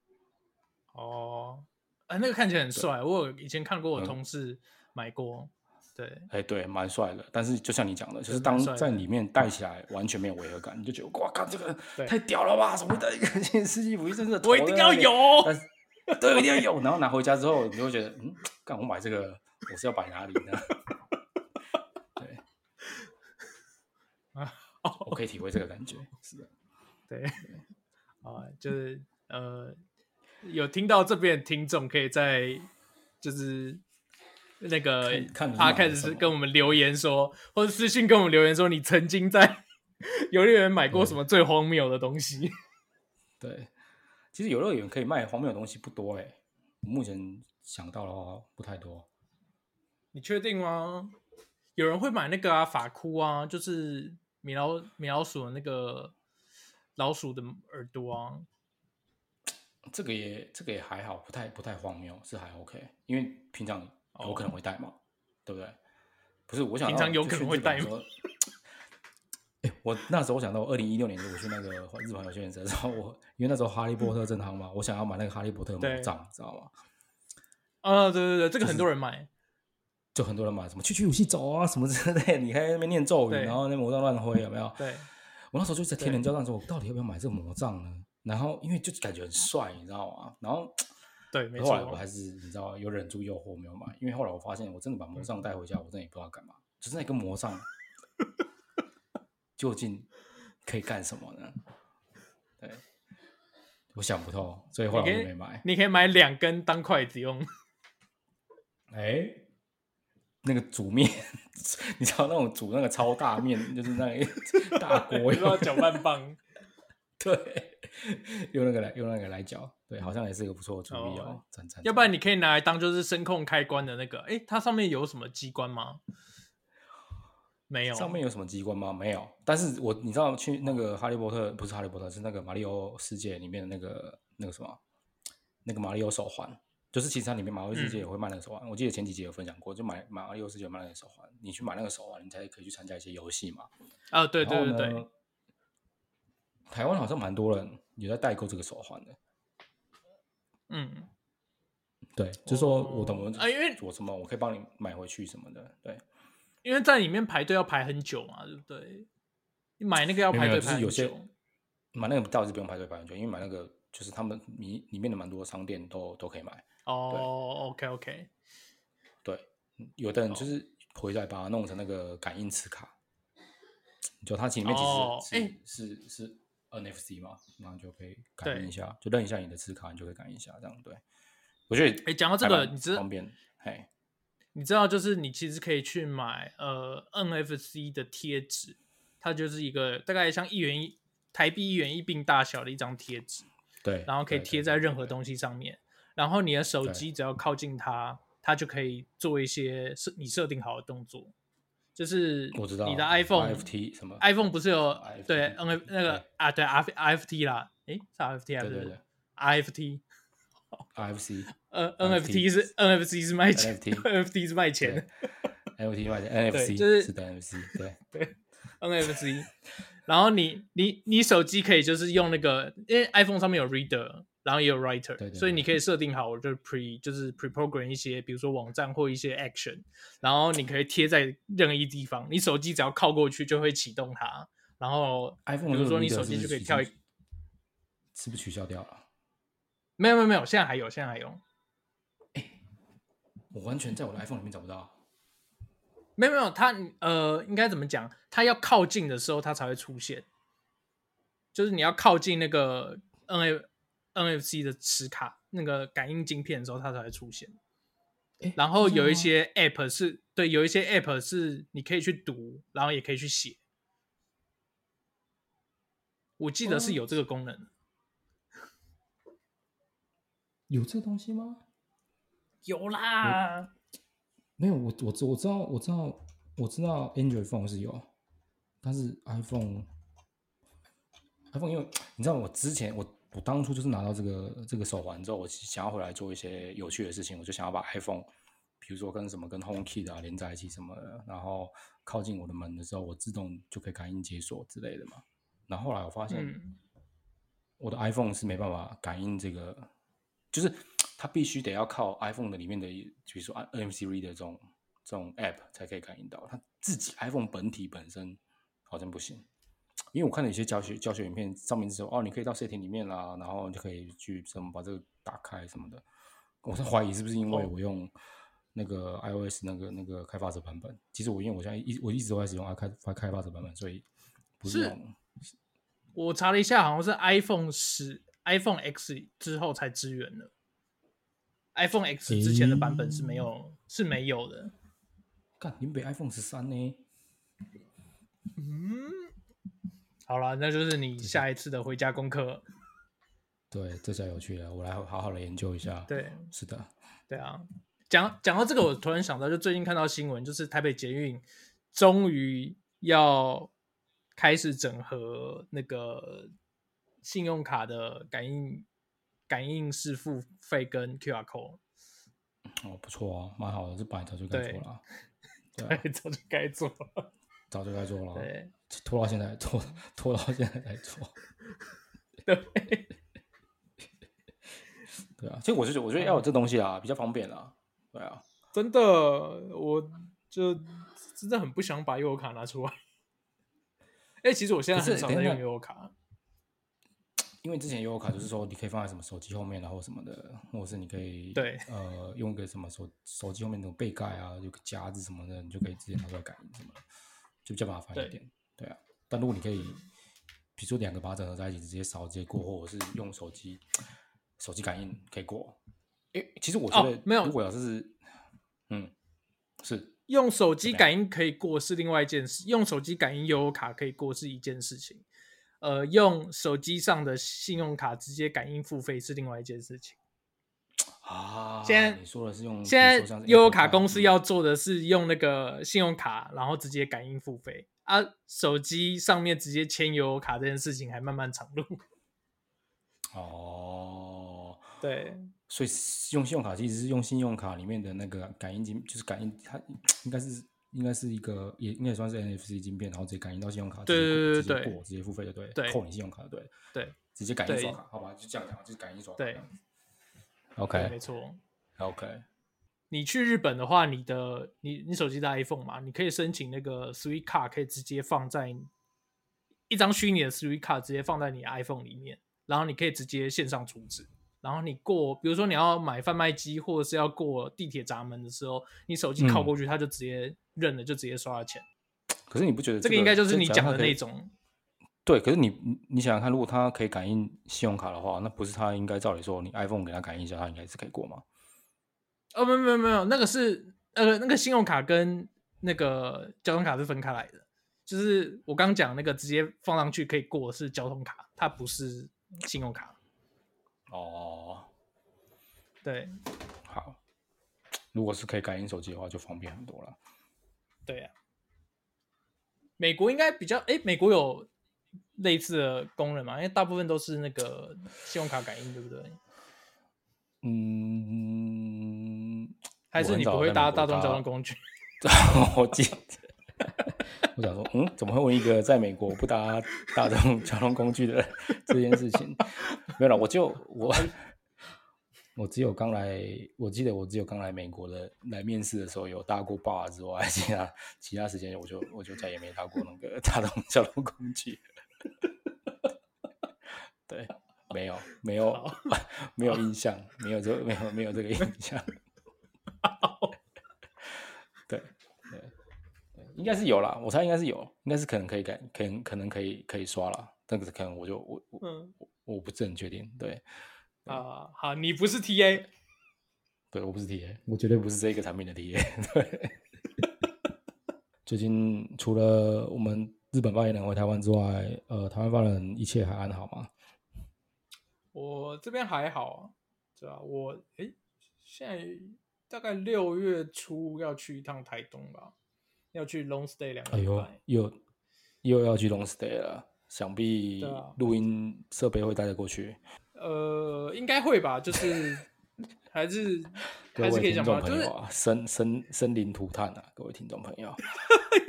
Speaker 1: 哦，呃，那个看起来很帅，我有以前看过我
Speaker 2: 嗯
Speaker 1: 同事买过，对，
Speaker 2: 哎，对，蛮帅的。但是就像你讲的，就是
Speaker 1: 对蛮
Speaker 2: 当
Speaker 1: 帅
Speaker 2: 在
Speaker 1: 的嗯
Speaker 2: 里面戴起来完全没有违和感，你就觉得哇靠，这个
Speaker 1: 对
Speaker 2: 太屌了吧！怎么会戴一个新世纪福音战士的头
Speaker 1: 我一
Speaker 2: 在
Speaker 1: 定
Speaker 2: 那
Speaker 1: 要
Speaker 2: 边
Speaker 1: 有，
Speaker 2: 但是对，一定要有。然后拿回家之后，你就会觉得，嗯，干我买这个，我是要摆哪里呢？ [LAUGHS] 对，我可以体会这个感觉。是的，
Speaker 1: [LAUGHS] 对，啊，就是呃，有听到这边的听众可以在就是那个
Speaker 2: 看看你买
Speaker 1: p
Speaker 2: 了
Speaker 1: d
Speaker 2: 什
Speaker 1: 是
Speaker 2: 么
Speaker 1: 跟我们留言说，或者私信跟我们留言说，你曾经在 [LAUGHS] 游乐园买
Speaker 2: 嗯
Speaker 1: 过什么最荒谬的东西？
Speaker 2: 对。其实游乐园可以卖荒谬的东西不多哎、我目前想到的话不太多。
Speaker 1: 你确定吗？有人会买那个啊，法箍啊，就是米老米老鼠的那个老鼠的耳朵啊，
Speaker 2: 这个也这个也还好，不太不太荒谬，是还 OK，因为平常有可能会带嘛， [LAUGHS] 对不对？不是，我想
Speaker 1: 哦平
Speaker 2: 到
Speaker 1: 常有
Speaker 2: 就
Speaker 1: 可能
Speaker 2: 去
Speaker 1: 会
Speaker 2: 日本
Speaker 1: 带
Speaker 2: 的时候。
Speaker 1: [LAUGHS]
Speaker 2: 哎、我那时候我想到，二零一六年我去那个日本游学园的时候，我因为那时候哈利波特正夯嘛，我想要买那个哈利波特
Speaker 1: 对
Speaker 2: 魔杖，你知道吗？
Speaker 1: 啊，对对对，这个很多人买，
Speaker 2: 就很多人买什么去去武器走啊什么之类的，你还在那边念咒语，
Speaker 1: 对
Speaker 2: 然后那魔杖乱挥，有没有？
Speaker 1: 对，
Speaker 2: 我那时候就在天人交战说，我到底要不要买这个魔杖呢？然后因为就感觉很帅，你知道吗？然后
Speaker 1: 对，没
Speaker 2: 后来我
Speaker 1: 错
Speaker 2: 还，是你知道有忍住诱惑没有买，因为后来我发现我真的把
Speaker 1: 嗯
Speaker 2: 魔杖带回家，我真的也不知道干嘛，就是那根魔杖究竟可以干什么呢？对，我想不透，所以后来
Speaker 1: 你
Speaker 2: 我
Speaker 1: 可
Speaker 2: 就
Speaker 1: 以
Speaker 2: 没买。
Speaker 1: 你可以买两根当筷子
Speaker 2: [LAUGHS]
Speaker 1: 用。
Speaker 2: 哎，那个煮面， [LAUGHS] 你知道那种煮那个超大面，就是那个大
Speaker 1: [LAUGHS]
Speaker 2: 锅
Speaker 1: 我知道
Speaker 2: 用，
Speaker 1: 搅拌棒
Speaker 2: 对，用那个来用那个来搅，对，好像也是一个不错的主意哦
Speaker 1: 哦，
Speaker 2: 赞赞、
Speaker 1: 要不然
Speaker 2: 赞
Speaker 1: 你可以拿来当就是声控开关的那个，诶，它上面有什么机关吗？没有，
Speaker 2: 上面有什么机关吗？没有。但是我你知道去那个哈利波特不是哈利波特，是那个马里奥世界里面的那个那个什么，那个马里奥手环，就是其实它里面马里奥世
Speaker 1: 嗯
Speaker 2: 界也会卖那个手环。我记得前几集有分享过，就买马里奥世界有卖那个手环，你去买那个手环，你才可以去参加一些游戏嘛。
Speaker 1: 啊，对对对
Speaker 2: 然后
Speaker 1: 对，
Speaker 2: 呢，台湾好像蛮多人也在代购这个手环的。
Speaker 1: 嗯，
Speaker 2: 对，就说我怎么
Speaker 1: 哦啊因为
Speaker 2: 我什么我可以帮你买回去什么的，对。
Speaker 1: 因为在里面排队要排很久嘛，对不对？你买那个要
Speaker 2: 没有
Speaker 1: 排
Speaker 2: 没有
Speaker 1: 队
Speaker 2: 就
Speaker 1: 排
Speaker 2: 是
Speaker 1: 很
Speaker 2: 有些
Speaker 1: 久，
Speaker 2: 买那个倒是不用排队排很久，因为买那个就是他们里里面的蛮多商店都都可以买。
Speaker 1: 哦，OK OK，
Speaker 2: 对，嗯有的人
Speaker 1: 哦
Speaker 2: 就是回来把它弄成那个感应磁卡，就它其实里面其实
Speaker 1: 哦
Speaker 2: 是、
Speaker 1: 哎
Speaker 2: 是是是 NFC 嘛，然后就可以
Speaker 1: 对
Speaker 2: 感应一下，就认一下你的磁卡，你就可以感应一下，这样对。我觉得
Speaker 1: 哎讲到这
Speaker 2: 还
Speaker 1: 个
Speaker 2: 蛮
Speaker 1: 你知
Speaker 2: 方便，嘿，
Speaker 1: 你知道，就是你其实可以去买呃 NFC 的贴纸，它就是一个大概像一元一台币一元一并大小的一张贴纸，
Speaker 2: 对，
Speaker 1: 然后可以
Speaker 2: 对
Speaker 1: 贴
Speaker 2: 对
Speaker 1: 在
Speaker 2: 对
Speaker 1: 任何
Speaker 2: 对
Speaker 1: 东西上面。然后你的手
Speaker 2: 对
Speaker 1: 机只要靠近它，它就可以做一些设你设定好的动作，就是
Speaker 2: 我知道
Speaker 1: 你的 iPhone
Speaker 2: FT 什么
Speaker 1: iPhone 不是有
Speaker 2: RFT
Speaker 1: 对 N 那个
Speaker 2: 对
Speaker 1: 啊对 R RFT 啦，诶是 RFT 还
Speaker 2: 对对
Speaker 1: 是
Speaker 2: 对
Speaker 1: RFT？
Speaker 2: RFC
Speaker 1: 呃
Speaker 2: NFT
Speaker 1: NFT 是 NFC 是卖钱
Speaker 2: NFT
Speaker 1: ，NFT 是卖钱的
Speaker 2: 对。NFT 卖的 NFC
Speaker 1: 就是
Speaker 2: 是的 NFC 对
Speaker 1: NFC，然 [LAUGHS] 后你你你手机可以就是用那个，因为 iPhone 上面有 Reader，然后也有 Writer，
Speaker 2: 对对
Speaker 1: 所以你可以设定好，我就 pre 就是 pre program 一些，比如说网站或一些 action，然后你可以贴在任意地方，你手机只要靠过去就会启动它，然后
Speaker 2: iPhone
Speaker 1: 比如说你
Speaker 2: 这个
Speaker 1: 手
Speaker 2: reader
Speaker 1: 机就是
Speaker 2: 是不
Speaker 1: 可以
Speaker 2: 已
Speaker 1: 跳一
Speaker 2: 经，是不是取消掉了？
Speaker 1: 没有没有没有，现在还有，现在还有，
Speaker 2: 我完全在我的 iPhone 里面找不到。
Speaker 1: 没有没有，它呃应该怎么讲？它要靠近的时候它才会出现，就是你要靠近那个 N F NFC 的磁卡那个感应晶片的时候它才会出现。
Speaker 2: 诶
Speaker 1: 然后
Speaker 2: 是吗
Speaker 1: 有一些 App 是对，有一些 App 是你可以去读，然后也可以去写。我记得是有这个功能，
Speaker 2: 有这东西吗？
Speaker 1: 有啦。
Speaker 2: 没有，我我我知道，我知道，我知道 Android phone 是有，但是 iPhone iPhone 因为你知道我之前我我当初就是拿到这个这个手环之后，我其实想要回来做一些有趣的事情，我就想要把 iPhone，比如说跟什么跟 HomeKit 啊连在一起什么的，然后靠近我的门的时候，我自动就可以感应解锁之类的嘛。然后后来我发现。
Speaker 1: 嗯，
Speaker 2: 我的 iPhone 是没办法感应这个，就是它必须得要靠 iPhone 的里面的一，比如说啊 NFC Reader 这种这种 App 才可以感应到。它自己 iPhone 本体本身好像不行，因为我看了有些教学教学影片，上面是说哦，你可以到 setting 里面啦，然后你就可以去怎么把这个打开什么的。我在怀疑是不是因为
Speaker 1: 哦
Speaker 2: 我用那个 iOS 那个那个开发者版本，其实我因为我现在一我一直都在使用开开开发者版本，所以不是
Speaker 1: 是
Speaker 2: 那种
Speaker 1: 我查了一下，好像是 iPhone 十、iPhone X 之后才支援的。iPhone X 之前的版本是没有、是没有的。
Speaker 2: 干林北 iPhone 十三呢。
Speaker 1: 嗯，好了，那就是你下一次的回家功课。
Speaker 2: 对，这下有趣了，我来好好的研究一下。，
Speaker 1: 对，
Speaker 2: 是的，
Speaker 1: 对啊，讲讲到这个，我突然想到，就最近看到新闻，就是台北捷运终于要开始整合那个信用卡的感应感应式付费跟 QR code，
Speaker 2: 哦，不错啊，蛮好的，这本来早就该做了啊， [LAUGHS] 对啊，
Speaker 1: 对， [LAUGHS] 早就该做了。
Speaker 2: 早就该做了啊，
Speaker 1: 对
Speaker 2: 拖到现在，拖拖到现在才做，
Speaker 1: [LAUGHS] 对，
Speaker 2: [LAUGHS] 对啊，所以我是觉得，我觉得要有这东西啊，比较方便啊，对啊，
Speaker 1: 真的，我就真的很不想把悠游卡拿出来。哎、其实我现在
Speaker 2: 可是
Speaker 1: 很少在
Speaker 2: 等一下
Speaker 1: 用悠游卡。
Speaker 2: 因为之前悠游卡就是说你可以放在什么手机后面，然后什么的，或者是你可以
Speaker 1: 嗯对
Speaker 2: 呃用个什么手手机后面那种背盖啊，有个夹子什么的，你就可以直接拿出来感应什么的，就比较麻烦一
Speaker 1: 对
Speaker 2: 点。对啊，但如果你可以，比如说两个把它整合在一起，直接扫直接过，或者是用手机手机感应可以过。诶、其实我觉
Speaker 1: 哦
Speaker 2: 得、
Speaker 1: 没有
Speaker 2: 如果要是嗯是
Speaker 1: 用手机
Speaker 2: 怎么样
Speaker 1: 感应可以过是另外一件事，用手机感应悠游卡可以过是一件事情，呃，用手机上的信用卡直接感应付费是另外一件事情。
Speaker 2: 啊，
Speaker 1: 现在
Speaker 2: 你说的是用
Speaker 1: 现
Speaker 2: 比
Speaker 1: 在
Speaker 2: 如说像是
Speaker 1: 悠悠
Speaker 2: Apple
Speaker 1: 卡公司
Speaker 2: 嗯
Speaker 1: 要做的是用那个信用卡，然后直接感应付费啊，手机上面直接签悠游卡这件事情还漫漫长路。 [LAUGHS]
Speaker 2: 哦。
Speaker 1: 对，
Speaker 2: 所以用信用卡其实是用信用卡里面的那个感应晶，就是感应它应该是应该是一个也应该也算是 NFC 晶片，然后直接感应到信用卡，
Speaker 1: 对
Speaker 2: 直接
Speaker 1: 对对对对
Speaker 2: 直接过直接付费就对了，
Speaker 1: 对
Speaker 2: 扣你信用卡就对了，
Speaker 1: 对
Speaker 2: 直接感应
Speaker 1: 对
Speaker 2: 刷卡，好吧，就这样讲，就是感应刷卡
Speaker 1: 对
Speaker 2: 这样子。
Speaker 1: 对，没
Speaker 2: OK
Speaker 1: 错。
Speaker 2: OK，
Speaker 1: 你去日本的话，你的你你手机的 iPhone 嘛，你可以申请那个 Sui 卡，可以直接放在一张虚拟的 Sui 卡，直接放在你的 iPhone 里面，然后你可以直接线上储值。然后你过，比如说你要买贩卖机或者是要过地铁闸门的时候，你手机靠过去，它就直接认了，就直接刷了钱。
Speaker 2: 可是你不觉得
Speaker 1: 这
Speaker 2: 个
Speaker 1: 个应该就是你
Speaker 2: 假如
Speaker 1: 讲
Speaker 2: 它
Speaker 1: 的
Speaker 2: 可以
Speaker 1: 那种，
Speaker 2: 对？可是你你你想想看，如果它可以感应信用卡的话，那不是它应该照理说你 iPhone 给它感应一下，它应该是可以过吗？
Speaker 1: 哦，没有没有没有，那个是呃那个信用卡跟那个交通卡是分开来的，就是我刚讲那个直接放上去可以过的是交通卡，它不是信用卡。
Speaker 2: 哦，
Speaker 1: 对
Speaker 2: 好，如果是可以感应手机的话，就方便很多了。
Speaker 1: 对呀、美国应该比较诶，美国有类似的功能嘛？因为大部分都是那个信用卡感应，对不对？
Speaker 2: 嗯， [LAUGHS]
Speaker 1: 还是你不会搭大众交通
Speaker 2: 工
Speaker 1: 工具？
Speaker 2: 我记得，我想说，嗯，怎么会问一个在美国不搭大众交通工具的人这件事情？没有了，我就我我只有刚来，我记得我只有刚来美国的来面试的时候有搭过 bar 之外，其他其他时间我就我就再也没搭过那个大众交通工具。对，没有没有没有印象，没有这没有没有这个印象。对对对，应该是有啦，我猜应该是有，应该是可能可以改，可能可能可以可以刷啦，但是可能我就我我
Speaker 1: 嗯
Speaker 2: 我我不是很确定，对。
Speaker 1: [LAUGHS] 啊、好，你不是 TA，
Speaker 2: 对，我不是 TA，我绝对不是这个产品的 TA。对，最近除了我们日本发言人回台湾之外，呃，台湾发言人一切还安好吗？
Speaker 1: 我这边还好啊，对吧、我诶，现在大概六月初要去一趟台东吧，要去 long stay 两个
Speaker 2: 哎
Speaker 1: 礼
Speaker 2: 呦
Speaker 1: 拜。，
Speaker 2: 又又要去 long stay 了，想必
Speaker 1: 对啊
Speaker 2: 录音设备会带得过去。
Speaker 1: 呃，应该会吧，就是还是
Speaker 2: [LAUGHS] 各
Speaker 1: 还是可
Speaker 2: 位
Speaker 1: 以
Speaker 2: 听
Speaker 1: 讲
Speaker 2: 众
Speaker 1: 吧，就
Speaker 2: 朋
Speaker 1: 是 [LAUGHS]
Speaker 2: 友啊，生生生灵涂炭啊，各位听众朋友，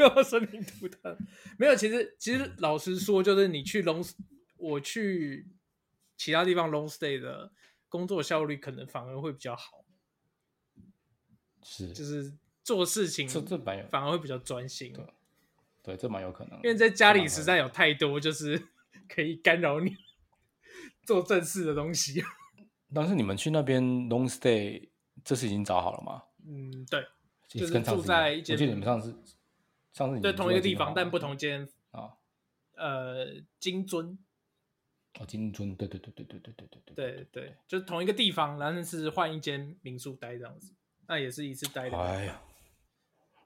Speaker 1: 又要生灵涂炭。没有，其实其实老实说，就是你去 long，我去其他地方 long stay 的工作效率可能反而会比较好，
Speaker 2: 是
Speaker 1: 就是做事情
Speaker 2: 这啊这蛮有
Speaker 1: 反而会比较专心，
Speaker 2: 对，这蛮有可能的，
Speaker 1: 因为在家里
Speaker 2: 蛮
Speaker 1: 实
Speaker 2: 合
Speaker 1: 在有太多就是 [LAUGHS] 可以干扰你做正事的东西。 [LAUGHS]
Speaker 2: 但是你们去那边 long stay，这是已经找好了吗？
Speaker 1: 嗯，对
Speaker 2: 也
Speaker 1: 就是
Speaker 2: 跟上次
Speaker 1: 住在
Speaker 2: 样
Speaker 1: 一间
Speaker 2: 我记得你们上次上嗯次你们
Speaker 1: 对，
Speaker 2: 住
Speaker 1: 同一
Speaker 2: 在
Speaker 1: 个地
Speaker 2: 金华
Speaker 1: 方，但
Speaker 2: 嘛
Speaker 1: 不同间
Speaker 2: 啊。
Speaker 1: 呃金樽。
Speaker 2: 哦，金樽，对对对对对对对
Speaker 1: 嗯
Speaker 2: 对
Speaker 1: 对对，就是同一个地方，然后是换一间民宿待这样子，那也是一次待的
Speaker 2: 哎呀，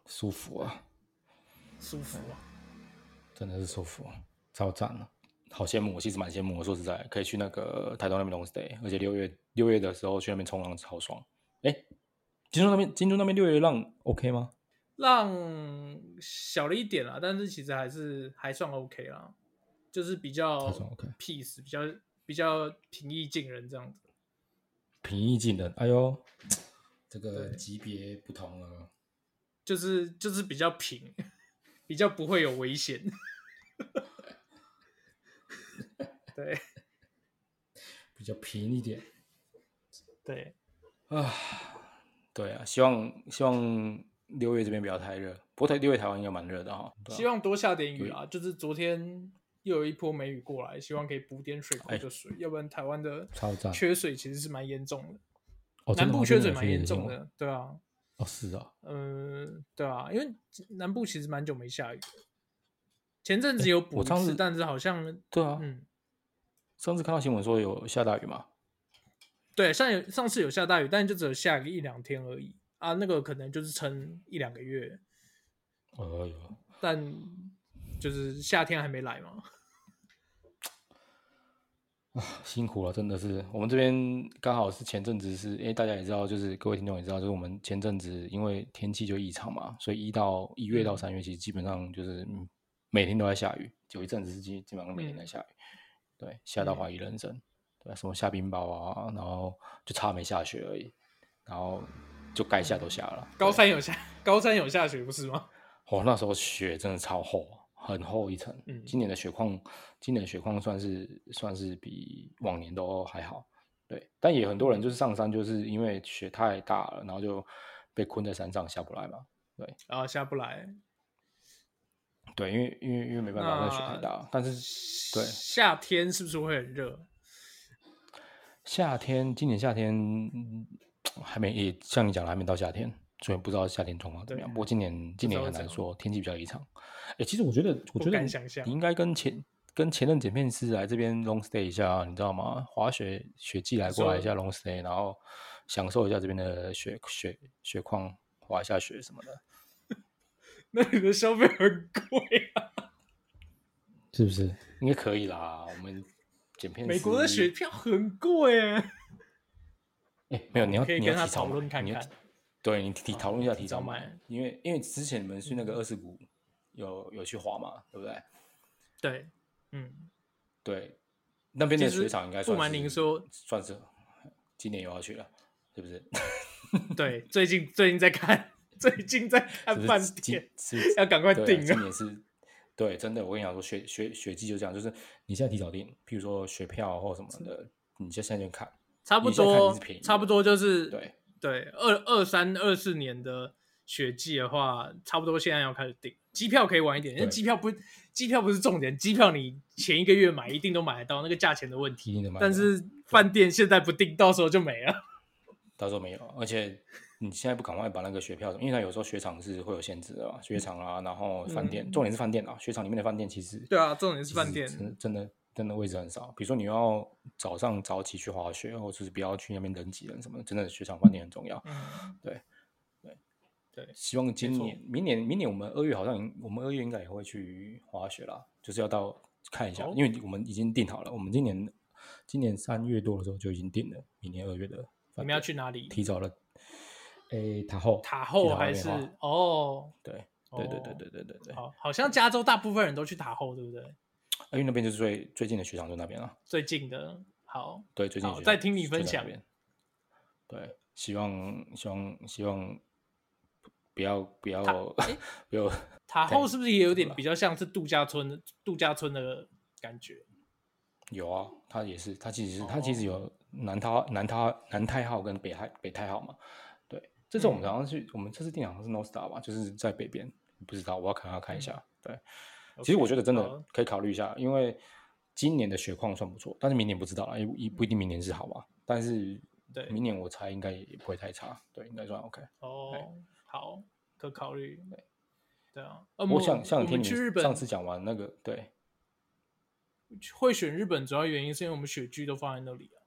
Speaker 2: 舒服啊，
Speaker 1: 舒服啊。
Speaker 2: 真的是舒服、啊，超赞了、好羡慕，我其实蛮羡慕。我说实在，可以去那个台东那边 long stay，而且六月六月的时候去那边冲浪超爽。哎，金樽那边金樽那边六月的浪 OK 吗？
Speaker 1: 浪小了一点啦，但是其实还是还算 OK 啦，就是比较
Speaker 2: 还算 OK
Speaker 1: peace，比较比较平易近人这样子。
Speaker 2: 平易近人，哎呦，这个
Speaker 1: 对
Speaker 2: 级别不同了。
Speaker 1: 就是就是比较平，比较不会有危险。 [LAUGHS] 对
Speaker 2: 比较平一点
Speaker 1: 对，
Speaker 2: 啊。对啊，希望希望六月这边不要太热，不过台六月台湾应该蛮热的哈。对啊
Speaker 1: 希望多下点雨啊！就是昨天又有一波梅雨过来，希望可以补点水库的水，要不然台湾的
Speaker 2: 哎超赞
Speaker 1: 缺水其实是蛮严重的，
Speaker 2: 哦，真
Speaker 1: 南
Speaker 2: 的
Speaker 1: 部
Speaker 2: 吗
Speaker 1: 缺
Speaker 2: 真
Speaker 1: 水
Speaker 2: 的有
Speaker 1: 蛮严重
Speaker 2: 吗
Speaker 1: 的，对啊，
Speaker 2: 哦，是啊，
Speaker 1: 嗯，对啊，因为南部其实蛮久没下雨了，前阵子有补
Speaker 2: 哎我
Speaker 1: 一
Speaker 2: 上
Speaker 1: 次，
Speaker 2: 次
Speaker 1: 但是好像
Speaker 2: 对啊。
Speaker 1: 嗯，
Speaker 2: 上次看到新闻说有下大雨嘛，
Speaker 1: 对，上有上次有下大雨，但就只有下个一两天而已啊，那个可能就是撑一两个月，
Speaker 2: 哎呦，
Speaker 1: 但就是夏天还没来嘛，
Speaker 2: 啊辛苦了，真的是。我们这边刚好是前阵子是，因为大家也知道，就是各位听众也知道，就是我们前阵子因为天气就异常嘛，所以一到一月到
Speaker 1: 嗯
Speaker 2: 三月，其实基本上就是嗯每天都在下雨，有一阵子是基基本上每天
Speaker 1: 嗯
Speaker 2: 在下雨，对，下到怀疑人生，对啊，什么下冰雹啊，然后就差没下雪而已，然后就该下都下了。
Speaker 1: 高
Speaker 2: 对
Speaker 1: 山有下高山有下雪不是吗？
Speaker 2: 哦，那时候雪真的超厚啊，很厚一层。
Speaker 1: 嗯
Speaker 2: 今年的雪况，今年的雪况算是算是比往年都还好。对，但也很多人就是上山，就是因为雪太大了，然后就被困在山上下不来嘛。
Speaker 1: 啊，下不来，
Speaker 2: 对，因为因为因为没办法，那雪太
Speaker 1: 那
Speaker 2: 大了。但是对
Speaker 1: 夏天是不是会很热？
Speaker 2: 夏天，今年夏天嗯还没，也像你讲的，还没到夏天，所以不知道夏天状况怎么样。
Speaker 1: 对啊
Speaker 2: 不过今年
Speaker 1: 知
Speaker 2: 今年
Speaker 1: 道
Speaker 2: 很
Speaker 1: 怎
Speaker 2: 难
Speaker 1: 样
Speaker 2: 说，天气比较异常。哎，其实我觉得，
Speaker 1: 不
Speaker 2: 我觉得
Speaker 1: 敢
Speaker 2: 你
Speaker 1: 想象
Speaker 2: 你应该跟前跟前任剪片师来这边 long stay 一下，啊你知道吗？滑雪雪季来
Speaker 1: 你
Speaker 2: 过来
Speaker 1: 说
Speaker 2: 一下 long stay，然后享受一下这边的雪雪雪况，滑一下雪什么的，
Speaker 1: 那里的消费很贵
Speaker 2: [LAUGHS]
Speaker 1: 啊，
Speaker 2: 是不是？应该可以啦。我们剪片
Speaker 1: 美国的
Speaker 2: 师
Speaker 1: 雪票很贵哎、
Speaker 2: 哎、没有，你要
Speaker 1: 可以
Speaker 2: 你要
Speaker 1: 跟他
Speaker 2: 提早
Speaker 1: 讨论
Speaker 2: 买
Speaker 1: 看
Speaker 2: 你要
Speaker 1: 看
Speaker 2: 提对你提
Speaker 1: 啊
Speaker 2: 讨论一下，提
Speaker 1: 提早
Speaker 2: 早
Speaker 1: 买
Speaker 2: 买，因为因为之前你们去那个二世谷有有去滑嘛，对不对？
Speaker 1: 对，嗯，
Speaker 2: 对，那边的
Speaker 1: 其实
Speaker 2: 雪场应该
Speaker 1: 不
Speaker 2: 算
Speaker 1: 瞒
Speaker 2: 是
Speaker 1: 您说
Speaker 2: 算是今年又要去了，是不是？
Speaker 1: 对，最近最近在看，最近在
Speaker 2: 是不
Speaker 1: 看
Speaker 2: 是
Speaker 1: 饭
Speaker 2: 今
Speaker 1: 店，
Speaker 2: 是不是
Speaker 1: [LAUGHS] 要赶快
Speaker 2: 对啊
Speaker 1: 订啊
Speaker 2: 今年是，对，真的，我跟你讲说，雪雪雪季就这样，就是你现在提早订，譬如说雪票或什么的，你就现在就看，
Speaker 1: 差不
Speaker 2: 你现在看已
Speaker 1: 多
Speaker 2: 经是便宜的
Speaker 1: 差不多就是
Speaker 2: 对，
Speaker 1: 对二二三二四年的雪季的话，差不多现在要开始订机票，可以晚一点，因为
Speaker 2: 对
Speaker 1: 机票不机票不是重点，机票你前一个月买一定都买得到，那个价钱的问题。
Speaker 2: 一定的买
Speaker 1: 但
Speaker 2: 的
Speaker 1: 是饭店现在不订，到时候就没了。
Speaker 2: 到时候没有，而且你现在不赶快把那个雪票，因为它有时候雪场是会有限制的嘛，雪场啊，然后饭店，
Speaker 1: 嗯
Speaker 2: 重点是饭店啊，雪场里面的饭店其实
Speaker 1: 对啊，重点
Speaker 2: 其
Speaker 1: 是
Speaker 2: 实
Speaker 1: 饭店，
Speaker 2: 真的真的真的位置很少。比如说你要早上早起去滑雪，或者是不要去那边人挤人什么的，真的雪场饭店很重要。
Speaker 1: 嗯，
Speaker 2: 对
Speaker 1: 对对，
Speaker 2: 希望今
Speaker 1: 没错
Speaker 2: 年、明年、明年我们二月好像我们二月应该也会去滑雪啦，就是要到看一下，
Speaker 1: 哦
Speaker 2: 因为我们已经定好了，我们今年今年三月多的时候就已经定了明年二月的饭店。
Speaker 1: 你们要去哪里？
Speaker 2: 提早了，诶，塔后
Speaker 1: 塔
Speaker 2: 提
Speaker 1: 后
Speaker 2: 早
Speaker 1: 还
Speaker 2: 那边
Speaker 1: 是
Speaker 2: 画
Speaker 1: 哦
Speaker 2: 对对对对
Speaker 1: 哦
Speaker 2: 对对对对，
Speaker 1: 好，好像加州大部分人都去塔后，对不对？
Speaker 2: 因为那边就是最最近的学长就那边了，
Speaker 1: 最近的，好，
Speaker 2: 对，最近的
Speaker 1: 好
Speaker 2: 学
Speaker 1: 再
Speaker 2: 长
Speaker 1: 听你
Speaker 2: 就
Speaker 1: 分
Speaker 2: 在那
Speaker 1: 享
Speaker 2: 边对，希望希望希望不要不要不要，
Speaker 1: 塔后是不是也有点比较像是度假村的度假村的感觉？
Speaker 2: 有啊，他也是，他其实是他其
Speaker 1: 哦
Speaker 2: 实有南太南太南太号跟北太北太号嘛。对，这次我们
Speaker 1: 嗯
Speaker 2: 好像是、我们这次定好像是 North Star 吧，就是在北边，不知道我要看要看一下。对，其实我觉得真
Speaker 1: 嗯好
Speaker 2: 的可以考虑一下，因为今年的雪况算不错，但是明年不知道了，也也不一定明年是好嘛。但是
Speaker 1: 对
Speaker 2: 明年我猜应该也也不会太差，对，应该算 OK。
Speaker 1: 哦，好，可考虑。对啊，呃，
Speaker 2: 我想
Speaker 1: 我
Speaker 2: 想听
Speaker 1: 们
Speaker 2: 你
Speaker 1: 去日
Speaker 2: 上
Speaker 1: 本
Speaker 2: 次讲完那个，对，
Speaker 1: 会选日本，主要原因是因为我们雪具都放在那里啊。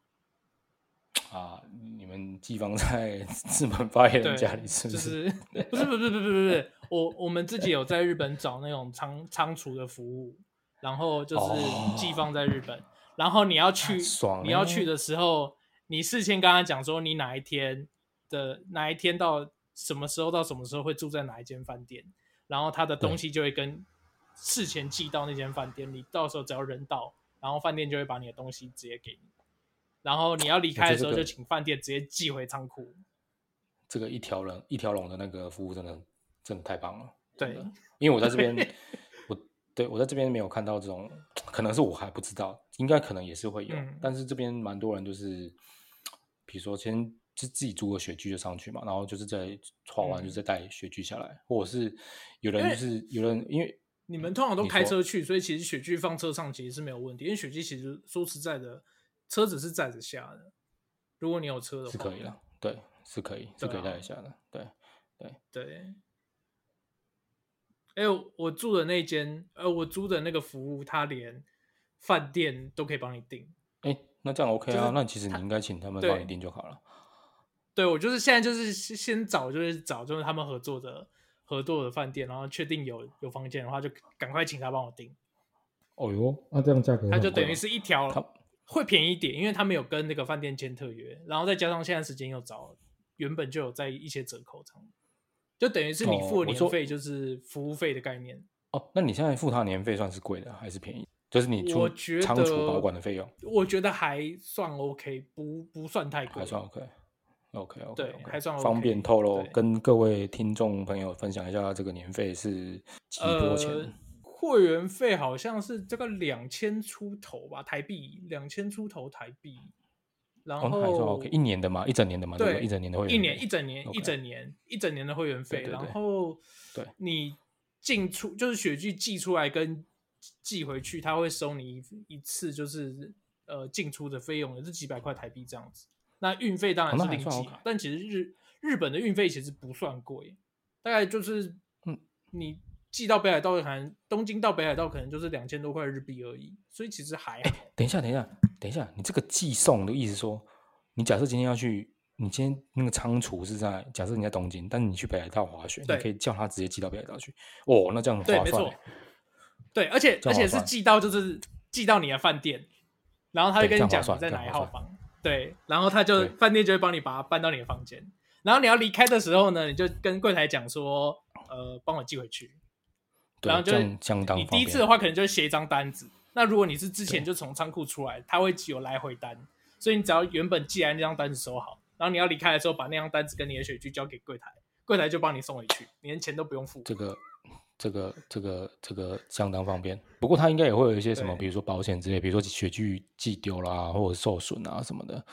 Speaker 2: 啊，你们季方在 [LAUGHS] 自门发言
Speaker 1: 对，
Speaker 2: 人家里是不？
Speaker 1: 就是是
Speaker 2: [LAUGHS]
Speaker 1: 不是不是不是不是不是，我我们自己有在日本找那种仓仓储的服务，然后就是
Speaker 2: 哦
Speaker 1: 寄放在日本，然后你要去
Speaker 2: 爽
Speaker 1: 你要去
Speaker 2: 欸
Speaker 1: 的时候，你事先跟他讲说你哪一天的哪一天到什么时候到什么时候会住在哪一间饭店，然后他的东
Speaker 2: 对
Speaker 1: 西就会跟事前寄到那间饭店，你到时候只要人到，然后饭店就会把你的东西直接给你。然后你要离
Speaker 2: 觉
Speaker 1: 开的
Speaker 2: 得
Speaker 1: 时候，
Speaker 2: 这
Speaker 1: 就
Speaker 2: 个
Speaker 1: 请饭店直接寄回仓库。
Speaker 2: 这个一条龙一条龙的那个服务真的真的太棒了。真
Speaker 1: 对
Speaker 2: 的，因为我在这边，我对我在这边没有看到这种，可能是我还不知道，应该可能也是会有，
Speaker 1: 嗯
Speaker 2: 但是这边蛮多人就是，比如说先就自己租个雪具就上去嘛，然后就是在刷完就
Speaker 1: 嗯
Speaker 2: 再带雪具下来，或者是有
Speaker 1: 因为
Speaker 2: 人就是有人因为
Speaker 1: 你们通常都
Speaker 2: 你
Speaker 1: 开
Speaker 2: 说
Speaker 1: 车去，所以其实雪具放车上其实是没有问题，因为雪具其实说实在的，车子是载着下的。如果你有车的话，
Speaker 2: 是可以了，对，是可以是
Speaker 1: 对
Speaker 2: 可以带
Speaker 1: 啊
Speaker 2: 一下的，对。
Speaker 1: 对。哎、我我住的那间，呃，我租的那个服务，它连饭店都可以帮你订。
Speaker 2: 哎，那这样 OK
Speaker 1: 就是
Speaker 2: 啊？那其实你应该请他们帮
Speaker 1: 对
Speaker 2: 你订就好了。
Speaker 1: 对我就是现在就是先先找，就是找就是他们合作的合作的饭店，然后确定有有房间的话，就赶快请他帮我订。
Speaker 2: 哦哟，
Speaker 3: 那这样价格
Speaker 1: 它
Speaker 3: 很
Speaker 1: 就
Speaker 3: 贵
Speaker 1: 等于
Speaker 3: 吗
Speaker 1: 是一条
Speaker 2: 它
Speaker 1: 会便宜一点，因为他们有跟那个饭店签特约，然后再加上现在时间又早，原本就有在一些折扣这样，就等于是你
Speaker 2: 哦
Speaker 1: 付
Speaker 2: 我
Speaker 1: 的年
Speaker 2: 说
Speaker 1: 费就是服务费的概念。
Speaker 2: 哦，那你现在付他年费算是贵的还是便宜？就是你出
Speaker 1: 我觉
Speaker 2: 仓储保
Speaker 1: 得
Speaker 2: 管的费用
Speaker 1: 我觉得还算 OK，不不算太贵，
Speaker 2: 还算 OK。OK OK，
Speaker 1: 对还算
Speaker 2: 方
Speaker 1: OK，
Speaker 2: 便透露
Speaker 1: 对
Speaker 2: 跟各位听众朋友分享一下这个年费是几波钱？
Speaker 1: 呃，会员费好像是这个两千出头吧，台币两千出头台币，然后、
Speaker 2: 哦，那还算 OK，一年的嘛，一整年的嘛，对不
Speaker 1: 对，
Speaker 2: 对？一整年的会员
Speaker 1: 一年
Speaker 2: 费
Speaker 1: 一整年一
Speaker 2: OK
Speaker 1: 整年一整年的会员费，
Speaker 2: 对对
Speaker 1: 然
Speaker 2: 对
Speaker 1: 后
Speaker 2: 对
Speaker 1: 你进出就是雪具寄出来跟寄回去，他会收你一一次就是呃进出的费用，也是几百块台币这样子。那运费当然
Speaker 2: 哦那
Speaker 1: 是
Speaker 2: 还
Speaker 1: 另
Speaker 2: 算
Speaker 1: 计嘛，
Speaker 2: OK
Speaker 1: 但其实日日本的运费其实不算贵，大概就是
Speaker 2: 嗯
Speaker 1: 你寄到北海道可能东京到北海道可能就是两千多块日币而已，所以其实还好。
Speaker 2: 等一下，等一下，等一下，你这个寄送的意思说，你假设今天要去，你今天那个仓储是在假设你在东京，但你去北海道滑雪，你
Speaker 1: 对
Speaker 2: 可以叫他直接寄到北海道去。哦，那这样很
Speaker 1: 对，
Speaker 2: 划
Speaker 1: 没
Speaker 2: 算
Speaker 1: 错
Speaker 2: 欸。，
Speaker 1: 对，而且
Speaker 2: 这
Speaker 1: 而
Speaker 2: 样
Speaker 1: 且
Speaker 2: 划
Speaker 1: 是
Speaker 2: 算
Speaker 1: 寄到就是寄到你的饭店，然后他就
Speaker 2: 对
Speaker 1: 跟你
Speaker 2: 这样
Speaker 1: 讲
Speaker 2: 划
Speaker 1: 你
Speaker 2: 算
Speaker 1: 在
Speaker 2: 这
Speaker 1: 哪
Speaker 2: 样
Speaker 1: 一
Speaker 2: 划
Speaker 1: 号
Speaker 2: 算
Speaker 1: 房，对，然后他就
Speaker 2: 对
Speaker 1: 饭店就会帮你把它搬到你的房间，然后你要离开的时候呢，你就跟柜台讲说，呃，帮我寄回去。
Speaker 2: 对，
Speaker 1: 然后就
Speaker 2: 这样相当
Speaker 1: 你
Speaker 2: 方
Speaker 1: 第一
Speaker 2: 便。
Speaker 1: 次的话，可能就写一张单子。那如果你是之前就从仓库出来，他会有来回单，所以你只要原本寄来那张单子收好，然后你要离开的时候把那张单子跟你的雪具交给柜台，柜台就帮你送回去，连钱都不用付。
Speaker 2: 这个这个这个这个相当方便。不过它应该也会有一些什么，
Speaker 1: 对
Speaker 2: 比如说保险之类，比如说雪具寄丢啦，或者受损啊什么的。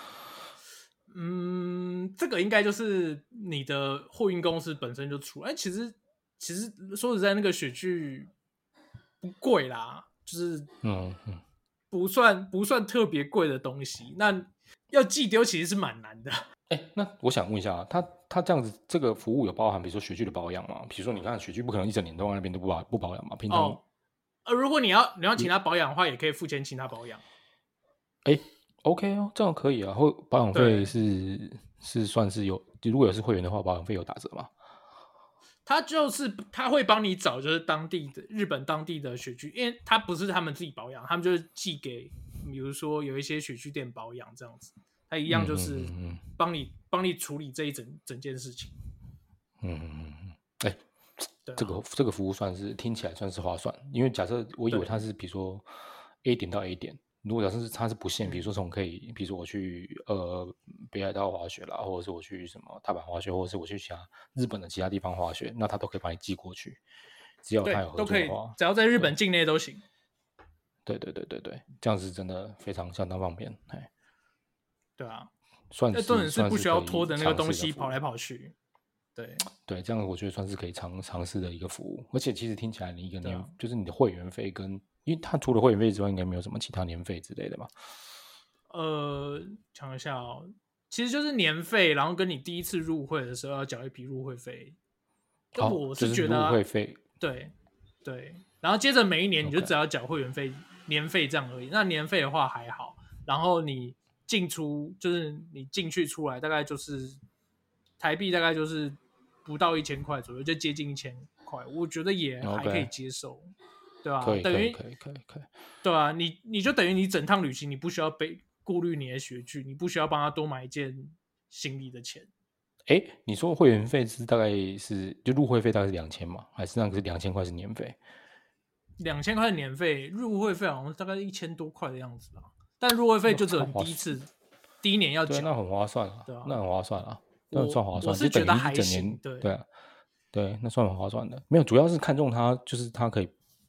Speaker 1: 嗯，这个应该就是你的货运公司本身就出。哎，其实其实说实在，那个雪具不贵啦，就是
Speaker 2: 嗯嗯，
Speaker 1: 不算不算特别贵的东西。那要寄丢其实是蛮难的。
Speaker 2: 哎，那我想问一下啊，它它这样子这个服务有包含，比如说雪具的保养吗？比如说你看雪具不可能一整年都放在那边都不保不保养嘛，平常
Speaker 1: 哦，呃，如果你要
Speaker 2: 嗯
Speaker 1: 你要请他保养的话，也可以付钱请他保养。
Speaker 2: 哎、OK 哦，这样可以啊。会保养
Speaker 1: 对
Speaker 2: 费是是算是有，如果有是会员的话，保养费有打折吗？
Speaker 1: 他就是他会帮你找，就是当地的日本当地的雪具，因为他不是他们自己保养，他们就是寄给，比如说有一些雪具店保养这样子，他一样就是
Speaker 2: 嗯嗯嗯嗯
Speaker 1: 帮你帮你处理这一整整件事情。
Speaker 2: 嗯嗯嗯嗯，哎、
Speaker 1: 对啊
Speaker 2: 这个这个服务算是听起来算是划算，因为假设我以为
Speaker 1: 对
Speaker 2: 它是比如说 A 点到 A 点，如果假设是它是不限，比如说从可以，比如说我去呃北海道滑雪啦，或者是我去什么大阪滑雪，或者是我去其他日本的其他地方滑雪，那它都可以把你寄过去，只要
Speaker 1: 对
Speaker 2: 它有，合
Speaker 1: 都
Speaker 2: 作
Speaker 1: 可
Speaker 2: 的
Speaker 1: 以
Speaker 2: 话，，
Speaker 1: 只要在日本境内都行。
Speaker 2: 对对对对对，这样子真的非常相当方便，哎，
Speaker 1: 对啊，
Speaker 2: 算
Speaker 1: 那
Speaker 2: 是
Speaker 1: 重点是
Speaker 2: 算
Speaker 1: 不
Speaker 2: 是
Speaker 1: 需要
Speaker 2: 可以
Speaker 1: 拖着那
Speaker 2: 尝
Speaker 1: 个
Speaker 2: 试
Speaker 1: 东
Speaker 2: 的
Speaker 1: 西
Speaker 2: 服
Speaker 1: 跑
Speaker 2: 务
Speaker 1: 来跑去。对，
Speaker 2: 对，这样我觉得算是可以尝尝试的一个服务，而且其实听起来你一个
Speaker 1: 对
Speaker 2: 年、
Speaker 1: 啊
Speaker 2: 就是你的会员费跟，因为它除了会员费之外，应该没有什么其他年费之类的吧？
Speaker 1: 呃，想一下哦，其实就是年费，然后跟你第一次入会的时候要缴一笔入会费。但
Speaker 2: 哦
Speaker 1: 我
Speaker 2: 就是
Speaker 1: 觉得啊、
Speaker 2: 入会费
Speaker 1: 对对，然后接着每一年你就
Speaker 2: OK
Speaker 1: 只要缴会员费、年费这样而已。那年费的话还好，然后你进出就是你进去出来大概就是台币大概就是不到一千块左右，就接近一千块，我觉得也还可以
Speaker 2: OK
Speaker 1: 接受，对吧、
Speaker 2: 可以可
Speaker 1: 啊等
Speaker 2: 以
Speaker 1: 于
Speaker 2: 可以可以可以，
Speaker 1: 对啊，你你就等于你整趟旅行你不需要被顾虑你的学具，你不需要帮他多买一件行李的钱。
Speaker 2: 哎，你说会员费是大概是就入会费大概是两千嘛，还是那个是两千块是年费？
Speaker 1: 两千块的年费，入会费好像大概一千多块的样子吧。但入会费就只有你第一次、第一年要
Speaker 2: 对，那
Speaker 1: 缴，
Speaker 2: 很划算啊，
Speaker 1: 对啊
Speaker 2: 那很划算啊，那
Speaker 1: 我
Speaker 2: 算划
Speaker 1: 我
Speaker 2: 算，
Speaker 1: 是
Speaker 2: 就等
Speaker 1: 觉得
Speaker 2: 于一
Speaker 1: 还
Speaker 2: 整
Speaker 1: 行
Speaker 2: 年，
Speaker 1: 对
Speaker 2: 对啊，对，那算很划算的。没有，主要是看中它，就是它可以，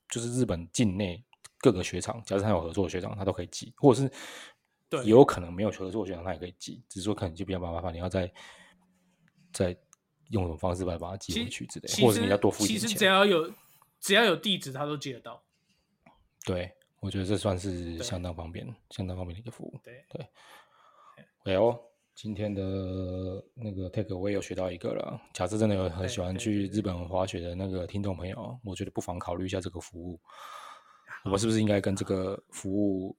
Speaker 2: 就是日本境内各个雪场，假设它有合作的雪场，它都可以寄，或者是
Speaker 1: 对
Speaker 2: 也有可能没有合作的雪场，它也可以寄，只是说可能就比较麻烦，你要再再用什么方式来把它寄回去之类的，
Speaker 1: 其
Speaker 2: 或者是你要
Speaker 1: 实
Speaker 2: 多付一
Speaker 1: 其
Speaker 2: 点
Speaker 1: 实
Speaker 2: 钱。
Speaker 1: 只要有只要有地址，他都借得到。
Speaker 2: 对，我觉得这算是
Speaker 1: 对
Speaker 2: 相当方便、相当方便的一个服务。
Speaker 1: 对 [LAUGHS]
Speaker 2: 对，哎呦，今天的那个 take 我也有学到一个了。假设真的有很
Speaker 1: 对
Speaker 2: 喜欢
Speaker 1: 对
Speaker 2: 去日本滑雪的那个听众朋友，我觉得不妨考虑一下这个服务。
Speaker 1: 啊
Speaker 2: 我们是不是应该跟这个服务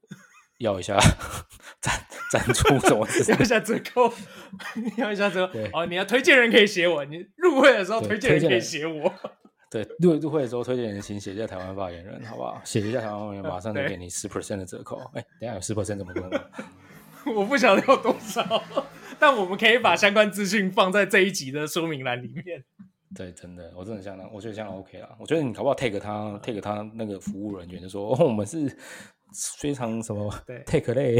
Speaker 2: 要一下 [LAUGHS] 赞赞助什么之类
Speaker 1: 要
Speaker 2: 的
Speaker 1: 一下折扣， [LAUGHS] 要一下折扣
Speaker 2: 对。
Speaker 1: 哦，你要推荐人可以写我，你入会的时候
Speaker 2: 对
Speaker 1: 推荐人
Speaker 2: 推荐
Speaker 1: 可以
Speaker 2: 人
Speaker 1: 写我。
Speaker 2: 对，入入会的时候推荐人，请写一下台湾发言人，好不好？写一下台湾发言人，马上就
Speaker 1: 对
Speaker 2: 给你十 percent 的折扣。哎，等一下有十 percent 怎么多呢？
Speaker 1: [LAUGHS] 我不晓得有多少， [LAUGHS] 但我们可以把相关资讯放在这一集的说明栏里面。
Speaker 2: 对，真的，我真的相当，我觉得相当 OK 啦。我觉得你搞不好 take
Speaker 1: 嗯
Speaker 2: 他 take 他那个服务人员就说，哦，我们是非常什么
Speaker 1: 对
Speaker 2: take 类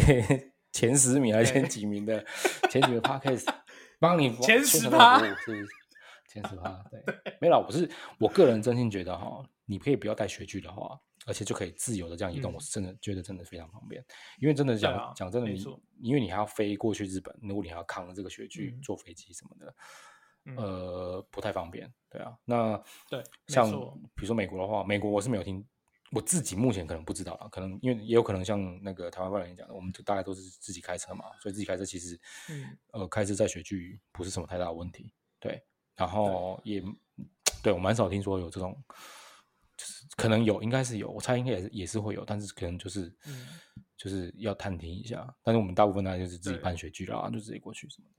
Speaker 2: 前十名还是
Speaker 1: 对
Speaker 2: 前几名的前几名 podcast，帮
Speaker 1: [LAUGHS]
Speaker 2: 你
Speaker 1: 前
Speaker 2: 宣
Speaker 1: 10
Speaker 2: 传到服务是不是前十趴，对，没啦，我是我个人真心觉得哈，你可以不要带学具的话，而且就可以自由的这样移动，
Speaker 1: 嗯
Speaker 2: 我是真的觉得真的非常方便。因为真的讲、
Speaker 1: 啊
Speaker 2: 讲真的
Speaker 1: 没
Speaker 2: 你，
Speaker 1: 错
Speaker 2: 因为你还要飞过去日本，如果你还要扛着这个雪具、
Speaker 1: 嗯
Speaker 2: 坐飞机什么的，
Speaker 1: 嗯
Speaker 2: 呃，不太方便。对啊，那
Speaker 1: 对没
Speaker 2: 像
Speaker 1: 错
Speaker 2: 比如说美国的话，美国我是没有听，我自己目前可能不知道啊，可能因为也有可能像那个台湾外人讲的，我们就大概都是自己开车嘛，所以自己开车其实，
Speaker 1: 嗯
Speaker 2: 呃，开车在雪具不是什么太大的问题。对，然后也对我蛮少听说有这种，就是可能有，应该是有，我猜应该也是也是会有，但是可能就是、
Speaker 1: 嗯
Speaker 2: 就是要探听一下。但是我们大部分大概就是自己
Speaker 1: 对
Speaker 2: 办雪具啦，就直接过去什么的。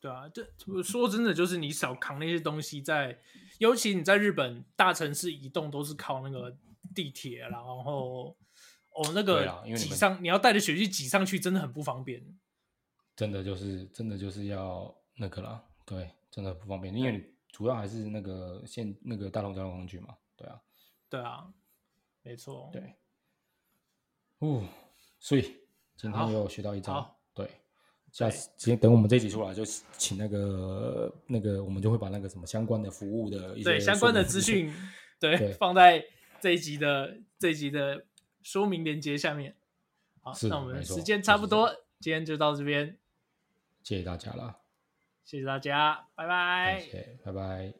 Speaker 1: 对啊，这我说真的，就是你少扛那些东西在，尤其你在日本大城市移动都是靠那个地铁，啊然后哦那
Speaker 2: 对
Speaker 1: 个
Speaker 2: 啊因为你
Speaker 1: 挤
Speaker 2: 们
Speaker 1: 上，你要带着雪具挤上去真的很不方便。
Speaker 2: 真的就是真的就是要那个啦，对，真的不方便，因为你主要还是那个现那个大众交通工具嘛，对啊，
Speaker 1: 对啊，没错。
Speaker 2: 对。哦，所以今天
Speaker 1: 好
Speaker 2: 又学到一招
Speaker 1: 好，
Speaker 2: 对。下次今天等我们这一集出来，就请那个那个，我们就会把那个什么相关的服务的一些
Speaker 1: 对相关的资
Speaker 2: 说明
Speaker 1: 讯，对
Speaker 2: 对
Speaker 1: 放在这一集的这一集的说明连接下面。好，
Speaker 2: 是
Speaker 1: 那我们
Speaker 2: 没错
Speaker 1: 时间
Speaker 2: 就
Speaker 1: 差
Speaker 2: 是
Speaker 1: 不
Speaker 2: 这样
Speaker 1: 多，今天就到这边，
Speaker 2: 谢谢大家啦，
Speaker 1: 谢谢大家，拜
Speaker 2: 感
Speaker 1: 拜。
Speaker 2: 谢，拜拜。